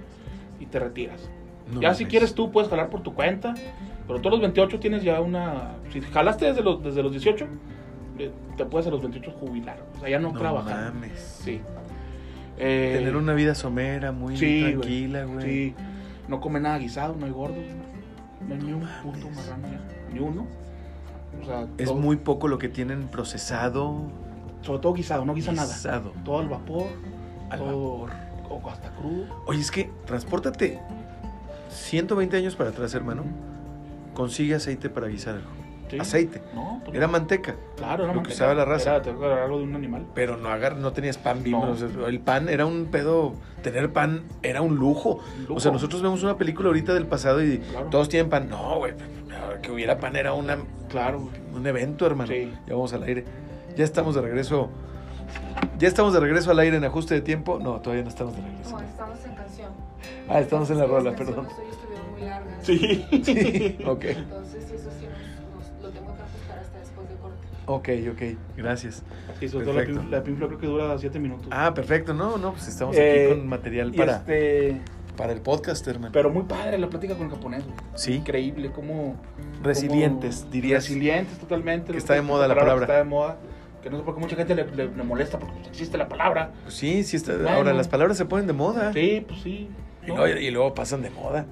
[SPEAKER 3] y te retiras.
[SPEAKER 2] No
[SPEAKER 3] ya si
[SPEAKER 2] mames.
[SPEAKER 3] quieres tú puedes jalar por tu cuenta, pero tú a los 28 tienes ya una... Si jalaste desde los, desde los 18, eh, te puedes a los 28 jubilar. O sea, ya no,
[SPEAKER 2] No
[SPEAKER 3] trabajar.
[SPEAKER 2] mames.
[SPEAKER 3] Sí. Eh,
[SPEAKER 2] Tener una vida somera, muy
[SPEAKER 3] Sí, güey.
[SPEAKER 2] tranquila, güey.
[SPEAKER 3] Sí. No come nada guisado, no hay gordos. No hay ni un puto marrano ya, Ni uno. O sea,
[SPEAKER 2] Es
[SPEAKER 3] todo-
[SPEAKER 2] muy poco lo que tienen procesado.
[SPEAKER 3] Sobre todo guisado, no guisa nada.
[SPEAKER 2] guisado.
[SPEAKER 3] Todo al vapor,
[SPEAKER 2] Al
[SPEAKER 3] todo o hasta crudo.
[SPEAKER 2] Oye, es que transpórtate 120 años para atrás, hermano. Consigue aceite para guisar algo.
[SPEAKER 3] Sí.
[SPEAKER 2] Aceite.
[SPEAKER 3] No, pues,
[SPEAKER 2] Era manteca,
[SPEAKER 3] claro, era
[SPEAKER 2] lo que
[SPEAKER 3] manteca.
[SPEAKER 2] usaba la raza.
[SPEAKER 3] Era, te- era algo de un animal.
[SPEAKER 2] pero no agar, no tenías pan bimbo.
[SPEAKER 3] No.
[SPEAKER 2] o sea, el pan era un pedo. Tener pan era un lujo. O sea,
[SPEAKER 3] Lujo.
[SPEAKER 2] nosotros vemos una película ahorita del pasado y
[SPEAKER 3] Claro.
[SPEAKER 2] todos tienen pan. No, güey. Que hubiera pan era una,
[SPEAKER 3] Claro, güey.
[SPEAKER 2] un evento, hermano.
[SPEAKER 3] Sí.
[SPEAKER 2] Ya vamos al aire. Ya estamos de regreso. Ya estamos de regreso al aire en ajuste de tiempo. No, todavía no estamos de regreso.
[SPEAKER 5] No, estamos en canción.
[SPEAKER 2] Ah, estamos en la
[SPEAKER 5] Las
[SPEAKER 2] rola,
[SPEAKER 5] canciones
[SPEAKER 2] perdón.
[SPEAKER 5] hoy estuvieron muy largas.
[SPEAKER 3] Sí.
[SPEAKER 2] Sí, ok,
[SPEAKER 5] Entonces, eso sí nos- nos- lo tengo que ajustar hasta después de corte.
[SPEAKER 2] ok, ok, gracias.
[SPEAKER 3] Y sobre todo la
[SPEAKER 2] Perfecto.
[SPEAKER 3] pin- la pinfla creo que dura 7 minutos.
[SPEAKER 2] Ah, perfecto, no, no, pues estamos
[SPEAKER 3] Eh,
[SPEAKER 2] aquí con material
[SPEAKER 3] Y
[SPEAKER 2] para,
[SPEAKER 3] este,
[SPEAKER 2] para el podcast, hermano.
[SPEAKER 3] pero muy padre la plática con el japonés. güey.
[SPEAKER 2] sí,
[SPEAKER 3] Increíble, cómo
[SPEAKER 2] resilientes,
[SPEAKER 3] como
[SPEAKER 2] dirías.
[SPEAKER 3] Resilientes, totalmente.
[SPEAKER 2] Que está de moda la palabra.
[SPEAKER 3] que Está de moda. Que no sé por qué mucha gente le, le- le molesta porque pues, existe la palabra.
[SPEAKER 2] Pues sí, sí está,
[SPEAKER 3] Bueno.
[SPEAKER 2] ahora las palabras se ponen de moda.
[SPEAKER 3] Sí, pues sí.
[SPEAKER 2] Ah. Y,
[SPEAKER 3] ¿no?
[SPEAKER 2] luego- y luego pasan de moda.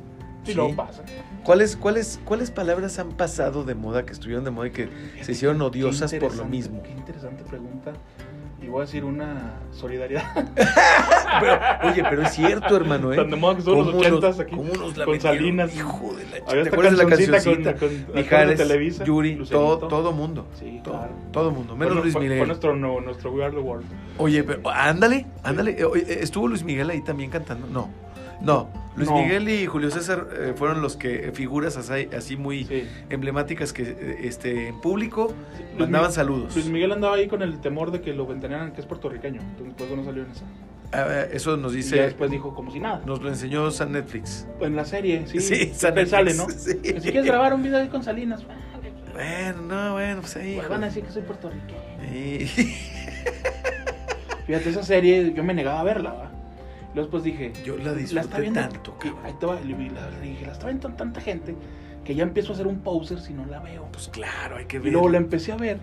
[SPEAKER 3] Sí,
[SPEAKER 2] sí.
[SPEAKER 3] luego pasa.
[SPEAKER 2] ¿Cuáles, cuáles, ¿Cuáles palabras han pasado de moda, que estuvieron de moda y que se hicieron
[SPEAKER 3] Qué
[SPEAKER 2] odiosas por lo
[SPEAKER 3] interesante,
[SPEAKER 2] mismo?
[SPEAKER 3] Qué interesante pregunta. Y voy a decir una solidaridad.
[SPEAKER 2] Pero, oye, pero es cierto, hermano, ¿eh?
[SPEAKER 3] Tan de moda que son los
[SPEAKER 2] ¿Cómo nos-
[SPEAKER 3] 80s aquí.
[SPEAKER 2] cómo nos la
[SPEAKER 3] con
[SPEAKER 2] metieron?
[SPEAKER 3] Salinas.
[SPEAKER 2] Hijo de la
[SPEAKER 3] Había
[SPEAKER 2] ch- ¿Te
[SPEAKER 3] esta
[SPEAKER 2] acuerdas de la
[SPEAKER 3] cancioncita con-
[SPEAKER 2] cancioncita?
[SPEAKER 3] con- con
[SPEAKER 2] Mijares,
[SPEAKER 3] Televisa,
[SPEAKER 2] Yuri, todo,
[SPEAKER 3] Lucerito.
[SPEAKER 2] todo mundo.
[SPEAKER 3] Sí,
[SPEAKER 2] todo,
[SPEAKER 3] claro.
[SPEAKER 2] todo mundo,
[SPEAKER 3] Fue
[SPEAKER 2] menos
[SPEAKER 3] nu-
[SPEAKER 2] Luis
[SPEAKER 3] fue- Fue
[SPEAKER 2] Miguel.
[SPEAKER 3] nuestro, no, nuestro We Are the World.
[SPEAKER 2] Oye, pero ándale, ándale. Eh, oye, ¿Estuvo Luis Miguel ahí también cantando? No, no. Luis
[SPEAKER 3] No.
[SPEAKER 2] Miguel y Julio César eh, fueron los que eh, figuras así, así muy
[SPEAKER 3] Sí.
[SPEAKER 2] emblemáticas que eh, este, en público
[SPEAKER 3] Luis
[SPEAKER 2] mandaban
[SPEAKER 3] Mi-
[SPEAKER 2] saludos.
[SPEAKER 3] Luis Miguel andaba ahí con el temor de que lo ventanearan, que es puertorriqueño. Entonces, por eso no salió en esa.
[SPEAKER 2] Ah, eso nos
[SPEAKER 3] Y ya
[SPEAKER 2] dice,
[SPEAKER 3] después dijo como si nada.
[SPEAKER 2] nos lo enseñó San Netflix.
[SPEAKER 3] En la serie, sí.
[SPEAKER 2] Sí,
[SPEAKER 3] siempre
[SPEAKER 2] San Netflix,
[SPEAKER 3] sale, ¿no?
[SPEAKER 2] sí.
[SPEAKER 3] Que si quieres grabar un video ahí con Salinas, vale,
[SPEAKER 2] Bueno, no, bueno, pues ahí.
[SPEAKER 3] pues, van a decir que soy puertorriqueño.
[SPEAKER 2] hijo. Sí.
[SPEAKER 3] Fíjate, esa serie yo me negaba a verla, ¿va? Luego después dije,
[SPEAKER 2] Yo la
[SPEAKER 3] la está
[SPEAKER 2] disfruté
[SPEAKER 3] viendo.
[SPEAKER 2] tanto,
[SPEAKER 3] y
[SPEAKER 2] cabrón.
[SPEAKER 3] ahí te va, y la- le dije, la está viendo tanta gente que ya empiezo a hacer un poser si no la veo.
[SPEAKER 2] Pues claro, hay que
[SPEAKER 3] Y
[SPEAKER 2] ver.
[SPEAKER 3] luego la empecé a ver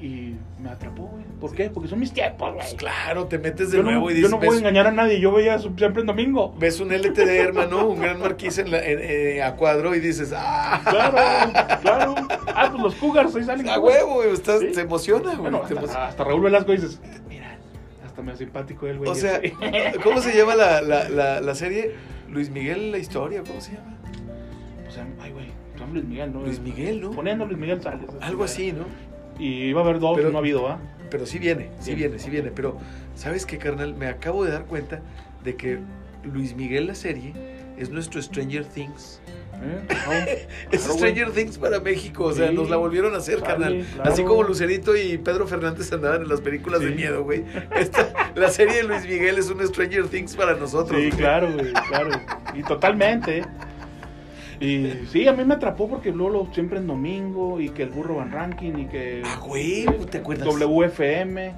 [SPEAKER 3] y me atrapó, güey. ¿Por qué? Porque son mis tiempos,
[SPEAKER 2] Pues
[SPEAKER 3] güey.
[SPEAKER 2] claro, te metes de
[SPEAKER 3] Yo
[SPEAKER 2] nuevo
[SPEAKER 3] no,
[SPEAKER 2] y
[SPEAKER 3] yo
[SPEAKER 2] dices,
[SPEAKER 3] no puedo
[SPEAKER 2] ves,
[SPEAKER 3] engañar a nadie, yo veía su- siempre en domingo.
[SPEAKER 2] ves un LTD, hermano, un gran marquís en la- en- eh, a cuadro y dices, ¡ah!
[SPEAKER 3] Claro, claro. Ah, pues los Cougars, ahí salen.
[SPEAKER 2] ¡A
[SPEAKER 3] Cougars.
[SPEAKER 2] huevo! güey, estás-
[SPEAKER 3] Sí.
[SPEAKER 2] Te emociona, güey.
[SPEAKER 3] Bueno,
[SPEAKER 2] te emociona.
[SPEAKER 3] hasta, hasta Raúl Velasco dices, mira, hasta me simpático el güey.
[SPEAKER 2] O sea,
[SPEAKER 3] ese".
[SPEAKER 2] ¿cómo se llama la, la- la- la serie? Luis Miguel, la historia, ¿cómo se llama?
[SPEAKER 3] o sea, ay, güey, se llama Luis Miguel, ¿no?
[SPEAKER 2] Luis Miguel, ¿no?
[SPEAKER 3] Poniendo Luis Miguel Sales.
[SPEAKER 2] Algo así, ¿no?
[SPEAKER 3] Y iba a haber dos,
[SPEAKER 2] Pero-
[SPEAKER 3] no ha habido, ¿ah?
[SPEAKER 2] Pero sí viene, sí
[SPEAKER 3] Bien.
[SPEAKER 2] viene, sí viene. Pero, ¿sabes qué, carnal? Me acabo de dar cuenta de que Luis Miguel, la serie, es nuestro Stranger Things.
[SPEAKER 3] ¿Eh? Claro.
[SPEAKER 2] Es
[SPEAKER 3] Claro,
[SPEAKER 2] Stranger Things para México, o sea,
[SPEAKER 3] Sí.
[SPEAKER 2] nos la volvieron a hacer,
[SPEAKER 3] Chale,
[SPEAKER 2] carnal.
[SPEAKER 3] claro.
[SPEAKER 2] Así como Lucerito y Pedro Fernández andaban en las películas de
[SPEAKER 3] Sí.
[SPEAKER 2] miedo, güey. Esta- la serie de Luis Miguel es un Stranger Things para nosotros.
[SPEAKER 3] Sí,
[SPEAKER 2] güey.
[SPEAKER 3] claro, güey, claro. Y totalmente. ¿eh? Y sí, a mí me atrapó porque Lolo siempre en domingo y que el burro van ranking y que
[SPEAKER 2] Ah, güey, ¿te acuerdas?
[SPEAKER 3] WFM.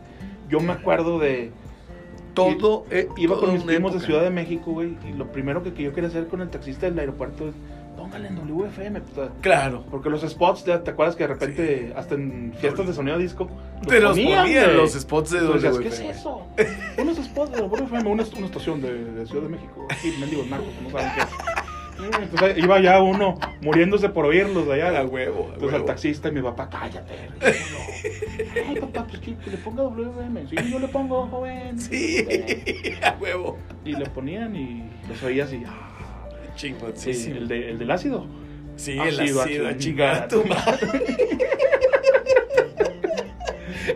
[SPEAKER 3] Yo me acuerdo de.
[SPEAKER 2] Todo, eh,
[SPEAKER 3] Iba
[SPEAKER 2] toda
[SPEAKER 3] con mis
[SPEAKER 2] una
[SPEAKER 3] primos de
[SPEAKER 2] época.
[SPEAKER 3] Ciudad de México, güey, y lo primero que, que yo quería hacer con el taxista del aeropuerto es: póngale en WFM, puta.
[SPEAKER 2] Claro.
[SPEAKER 3] Porque los spots, ¿te, te acuerdas que de repente, hasta en fiestas de sonido disco,
[SPEAKER 2] Te los ponían
[SPEAKER 3] güey?
[SPEAKER 2] los spots de
[SPEAKER 3] Entonces,
[SPEAKER 2] WFM.
[SPEAKER 3] ¿Qué es eso? Unos spots de WFM, una, est- una estación de, de Ciudad de México. Aquí, mendigos narcos, que no saben qué es. Mm, Entonces iba ya uno muriéndose por oírlos de allá.
[SPEAKER 2] A huevo, a
[SPEAKER 3] Entonces
[SPEAKER 2] huevo.
[SPEAKER 3] al taxista y mi papá, cállate. ridículo. Ay, papá, pues que, que le ponga WFM. Sí, yo le pongo, joven.
[SPEAKER 2] Sí, a huevo.
[SPEAKER 3] Y le ponían y los oías y. ah,
[SPEAKER 2] Chingón, sí,
[SPEAKER 3] Sí, Ah,
[SPEAKER 2] sí.
[SPEAKER 3] el, de- el del ácido.
[SPEAKER 2] Sí,
[SPEAKER 3] Ha
[SPEAKER 2] el
[SPEAKER 3] sido a
[SPEAKER 2] ácido, a
[SPEAKER 3] chingar
[SPEAKER 2] chingar
[SPEAKER 3] a
[SPEAKER 2] tu
[SPEAKER 3] tu
[SPEAKER 2] madre.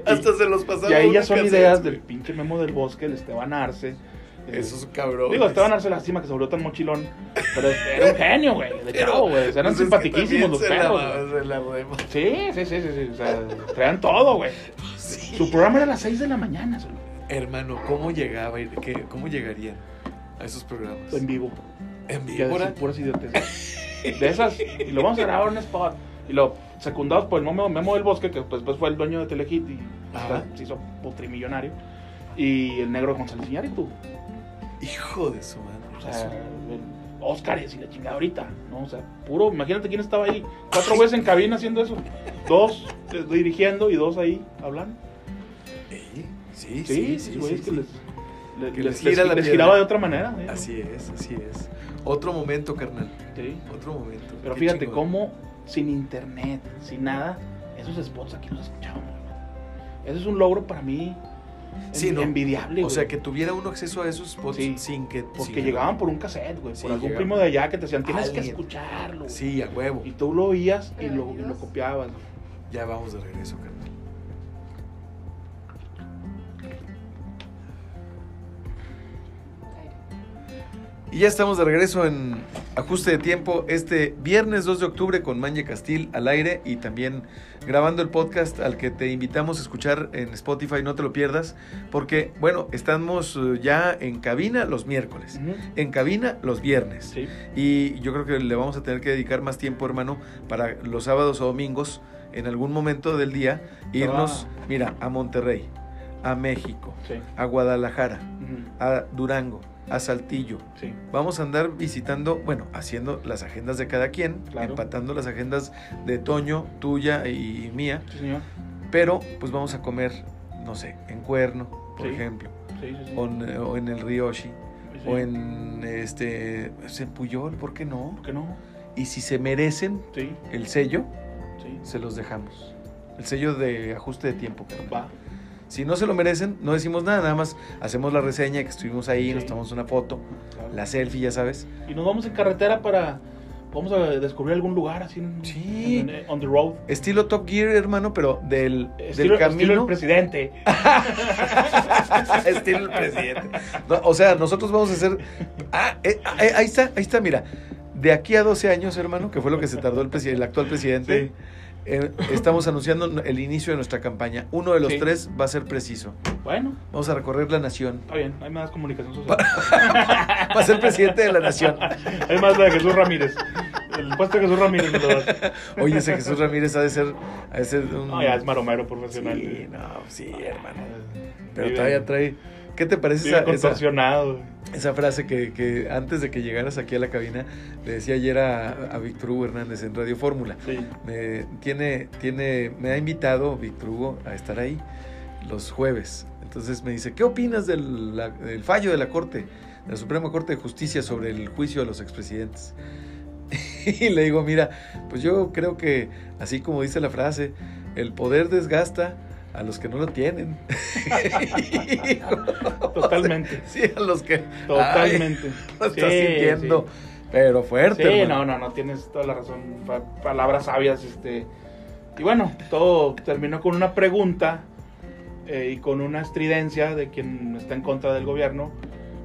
[SPEAKER 2] Hasta se los pasaba.
[SPEAKER 3] Y ahí ya
[SPEAKER 2] uno
[SPEAKER 3] son
[SPEAKER 2] cassette,
[SPEAKER 3] ideas
[SPEAKER 2] güey.
[SPEAKER 3] del pinche memo del bosque, el Esteban Arce.
[SPEAKER 2] Esos cabrones.
[SPEAKER 3] Digo, Esteban Arce, lástima que se volvió tan mochilón. Pero era un genio, güey. De
[SPEAKER 2] Pero,
[SPEAKER 3] chavo, güey. Eran
[SPEAKER 2] pues es que
[SPEAKER 3] simpatiquísimos
[SPEAKER 2] también
[SPEAKER 3] los
[SPEAKER 2] se la
[SPEAKER 3] perros.
[SPEAKER 2] ma-
[SPEAKER 3] güey.
[SPEAKER 2] se la rema.
[SPEAKER 3] Sí, sí, sí, sí, sí. O sea, traían todo, güey.
[SPEAKER 2] Sí.
[SPEAKER 3] Su programa era a las 6 de la mañana, solo.
[SPEAKER 2] Hermano, ¿cómo llegaba? y qué- ¿Cómo llegarían a esos programas?
[SPEAKER 3] En vivo.
[SPEAKER 2] En
[SPEAKER 3] Y a
[SPEAKER 2] víbora.
[SPEAKER 3] Pues, decir puras idioteces. De esas. Y lo vamos a grabar en un spot. Y lo secundados por el Memo, Memo del Bosque, que pues, después fue el dueño de Telehit y
[SPEAKER 2] Ajá.
[SPEAKER 3] se hizo putrimillonario. Y el negro González Iñárritu.
[SPEAKER 2] Hijo de su madre.
[SPEAKER 3] O sea, Óscares y la chingada ahorita, ¿no? O sea, puro, imagínate quién estaba ahí, cuatro veces en cabina haciendo eso, dos eh, dirigiendo y dos ahí hablando.
[SPEAKER 2] Ey, Sí,
[SPEAKER 3] Sí,
[SPEAKER 2] sí,
[SPEAKER 3] sí,
[SPEAKER 2] sí.
[SPEAKER 3] güey,
[SPEAKER 2] sí,
[SPEAKER 3] es que
[SPEAKER 2] sí.
[SPEAKER 3] les, le-
[SPEAKER 2] Que
[SPEAKER 3] les-
[SPEAKER 2] les gira
[SPEAKER 3] les-
[SPEAKER 2] la
[SPEAKER 3] les
[SPEAKER 2] piedra.
[SPEAKER 3] giraba de otra manera. ¿eh?
[SPEAKER 2] Así es, así es. Otro momento, carnal.
[SPEAKER 3] Sí.
[SPEAKER 2] Otro momento.
[SPEAKER 3] Pero
[SPEAKER 2] Qué
[SPEAKER 3] fíjate
[SPEAKER 2] chingón.
[SPEAKER 3] cómo sin internet, sin nada, esos spots aquí los escuchábamos. Eso es un logro para mí en-
[SPEAKER 2] Sí, ¿no?
[SPEAKER 3] envidiable.
[SPEAKER 2] O sea,
[SPEAKER 3] güey.
[SPEAKER 2] que tuviera uno acceso a esos spots
[SPEAKER 3] Sí,
[SPEAKER 2] sin que. sin
[SPEAKER 3] Porque
[SPEAKER 2] que-
[SPEAKER 3] llegaban por un cassette, güey,
[SPEAKER 2] Sí,
[SPEAKER 3] por algún
[SPEAKER 2] llegaban.
[SPEAKER 3] primo de allá que te decían, tienes que
[SPEAKER 2] Alguien.
[SPEAKER 3] escucharlo. güey".
[SPEAKER 2] Sí, a huevo.
[SPEAKER 3] Y tú lo oías y lo, y lo
[SPEAKER 5] Bienvenidos.
[SPEAKER 3] copiabas.
[SPEAKER 2] Ya vamos de regreso, carnal. Y ya estamos de regreso en ajuste de tiempo este viernes 2 de octubre con Manje Castil al aire y también grabando el podcast al que te invitamos a escuchar en Spotify, no te lo pierdas, porque bueno, estamos eh, ya en cabina los miércoles,
[SPEAKER 3] Ujú.
[SPEAKER 2] en cabina los viernes.
[SPEAKER 3] Sí.
[SPEAKER 2] Y yo creo que le vamos a tener que dedicar más tiempo, hermano, para los sábados o domingos, en algún momento del día, irnos,
[SPEAKER 3] Ah.
[SPEAKER 2] mira, a Monterrey, a México,
[SPEAKER 3] Sí.
[SPEAKER 2] a Guadalajara,
[SPEAKER 3] Ujú.
[SPEAKER 2] a Durango, a Saltillo.
[SPEAKER 3] Sí.
[SPEAKER 2] Vamos a andar visitando, bueno, haciendo las agendas de cada quien,
[SPEAKER 3] Claro.
[SPEAKER 2] empatando las agendas de Toño, tuya y, y mía,
[SPEAKER 3] Sí, señor.
[SPEAKER 2] pero pues vamos a comer, no sé, en Cuerno, por
[SPEAKER 3] Sí.
[SPEAKER 2] ejemplo,
[SPEAKER 3] Sí, sí, sí.
[SPEAKER 2] o en, o en el Rioshi,
[SPEAKER 3] Sí, sí.
[SPEAKER 2] o en este, pues, en Puyol, ¿por qué no?
[SPEAKER 3] ¿Por qué no?
[SPEAKER 2] Y si se merecen
[SPEAKER 3] Sí,
[SPEAKER 2] el sello,
[SPEAKER 3] sí.
[SPEAKER 2] se los dejamos. El sello de ajuste de tiempo, carnal.
[SPEAKER 3] Va.
[SPEAKER 2] Si no se lo merecen, no decimos nada, nada más hacemos la reseña que estuvimos ahí,
[SPEAKER 3] Sí.
[SPEAKER 2] nos tomamos una foto,
[SPEAKER 3] claro.
[SPEAKER 2] la selfie, ya sabes.
[SPEAKER 3] Y nos vamos en carretera para. Vamos a descubrir algún lugar así. en-
[SPEAKER 2] Sí.
[SPEAKER 3] en- en- on the road.
[SPEAKER 2] Estilo Top Gear, hermano, pero del,
[SPEAKER 3] Estilo,
[SPEAKER 2] del
[SPEAKER 3] estilo el
[SPEAKER 2] camino. Ah,
[SPEAKER 3] presidente.
[SPEAKER 2] Estilo el presidente. No, o sea, nosotros vamos a hacer. Ah, eh, ah, eh, ahí está, ahí está, mira. De aquí a 12 años, hermano, que fue lo que se tardó el, presi- el actual presidente,
[SPEAKER 3] Sí.
[SPEAKER 2] eh, estamos anunciando el inicio de nuestra campaña. Uno de los
[SPEAKER 3] Sí.
[SPEAKER 2] tres va a ser preciso.
[SPEAKER 3] Bueno,
[SPEAKER 2] Vamos a recorrer la nación.
[SPEAKER 3] está bien. Hay más comunicación social.
[SPEAKER 2] Va a ser presidente de la nación.
[SPEAKER 3] Hay más la de Jesús Ramírez. El puesto de Jesús Ramírez. me lo das.
[SPEAKER 2] Oye, ese Jesús Ramírez ha de ser, ha de ser un...
[SPEAKER 3] No, ya es maromero
[SPEAKER 2] Sí,
[SPEAKER 3] profesional.
[SPEAKER 2] no, sí, hermano.
[SPEAKER 3] Eh,
[SPEAKER 2] Pero
[SPEAKER 3] vive-
[SPEAKER 2] todavía trae, ¿Qué te parece
[SPEAKER 6] Bien
[SPEAKER 2] esa, esa-
[SPEAKER 6] contorsionado. güey.
[SPEAKER 2] esa frase que, que antes de que llegaras aquí a la cabina le decía ayer a, a Víctor Hugo Hernández en Radio Fórmula?
[SPEAKER 3] Sí.
[SPEAKER 2] Me, tiene, tiene, me ha invitado Víctor Hugo a estar ahí los jueves. Entonces me dice, ¿qué opinas del, la- del fallo de la Corte, de la Suprema Corte de Justicia sobre el juicio a los expresidentes? Y le digo, mira, pues yo creo que, así como dice la frase, el poder desgasta a los que no lo tienen.
[SPEAKER 3] Totalmente.
[SPEAKER 2] Sí, a los que
[SPEAKER 3] Totalmente.
[SPEAKER 2] lo estás
[SPEAKER 3] Sí,
[SPEAKER 2] sintiendo, pero fuerte.
[SPEAKER 3] Sí,
[SPEAKER 2] hermano.
[SPEAKER 3] no, no, no, tienes toda la razón. pa- palabras sabias, este. Y bueno, todo terminó con una pregunta eh, y con una estridencia de quien está en contra del gobierno.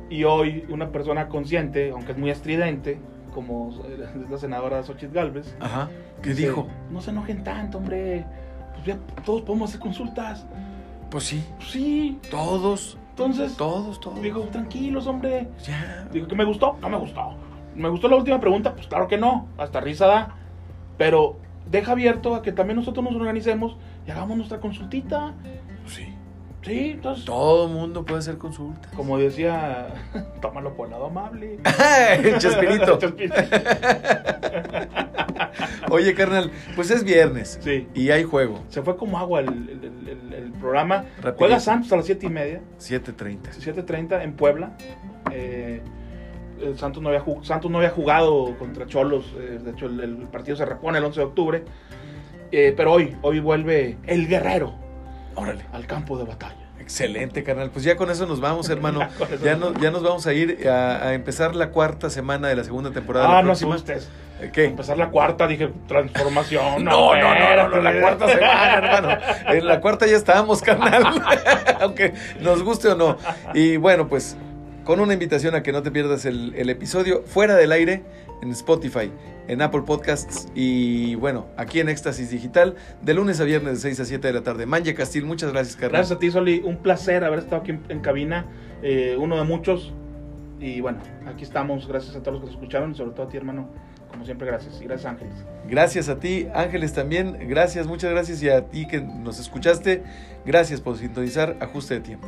[SPEAKER 3] Y hoy, una persona consciente, aunque es muy estridente, como eh, es la senadora Xochitl Galvez,
[SPEAKER 2] Ajá. ¿Qué
[SPEAKER 3] dice,
[SPEAKER 2] dijo?
[SPEAKER 3] No se enojen tanto, hombre. Pues ya todos podemos hacer consultas.
[SPEAKER 2] Pues sí,
[SPEAKER 3] Pues sí,
[SPEAKER 2] todos,
[SPEAKER 3] entonces.
[SPEAKER 2] todos, todos.
[SPEAKER 3] Digo, tranquilos, hombre.
[SPEAKER 2] ya.
[SPEAKER 3] Digo, ¿que me gustó? No me gustó. ¿Me gustó la última pregunta? Pues claro que no. Hasta risa da. Pero deja abierto a que también nosotros nos organicemos y hagamos nuestra consultita.
[SPEAKER 2] Sí.
[SPEAKER 3] Sí, entonces.
[SPEAKER 2] Todo mundo puede hacer consulta.
[SPEAKER 3] Como decía, tómalo por lado amable.
[SPEAKER 2] Chespirito.
[SPEAKER 3] Chespirito.
[SPEAKER 2] Oye, carnal, pues es viernes
[SPEAKER 3] Sí.
[SPEAKER 2] y hay juego.
[SPEAKER 3] Se fue como agua el, el- el- el- el programa.
[SPEAKER 2] Rapidito.
[SPEAKER 3] Juega Santos a las 7 y media,
[SPEAKER 2] 7.30.
[SPEAKER 3] 7.30 en Puebla. Eh, el Santos, no había jug- Santos no había jugado contra Cholos. eh, de hecho, el, el partido se repone el 11 de octubre. Eh, pero hoy, hoy vuelve el guerrero,
[SPEAKER 2] Órale.
[SPEAKER 3] al campo de batalla.
[SPEAKER 2] Excelente, carnal. Pues ya con eso nos vamos, hermano.
[SPEAKER 3] Ya con eso
[SPEAKER 2] Ya,
[SPEAKER 3] nos
[SPEAKER 2] no- ya nos vamos a ir a, a empezar la cuarta semana de la segunda temporada.
[SPEAKER 3] Ah,
[SPEAKER 2] la
[SPEAKER 3] no
[SPEAKER 2] próxima.
[SPEAKER 3] asustes.
[SPEAKER 2] ¿Qué?
[SPEAKER 3] Empezar la cuarta, dije, transformación.
[SPEAKER 2] No, no, no, no, no,
[SPEAKER 3] espérate.
[SPEAKER 2] la cuarta semana, hermano. En la cuarta ya estábamos, carnal. Aunque nos guste o no. Y bueno, pues con una invitación a que no te pierdas el, el episodio fuera del aire en Spotify, en Apple Podcasts y bueno, aquí en Éxtasis Digital, de lunes a viernes de 6 a 7 de la tarde. Manje Castil, muchas gracias, carnal.
[SPEAKER 3] Gracias a ti, Soli. Un placer haber estado aquí en, en cabina, eh, uno de muchos. Y bueno, aquí estamos. Gracias a todos los que nos escucharon y sobre todo a ti, hermano. Como siempre, gracias. Y gracias, Ángeles.
[SPEAKER 2] Gracias a ti, Ángeles también. Gracias, muchas gracias. Y a ti que nos escuchaste, gracias por sintonizar Ajuste de Tiempo.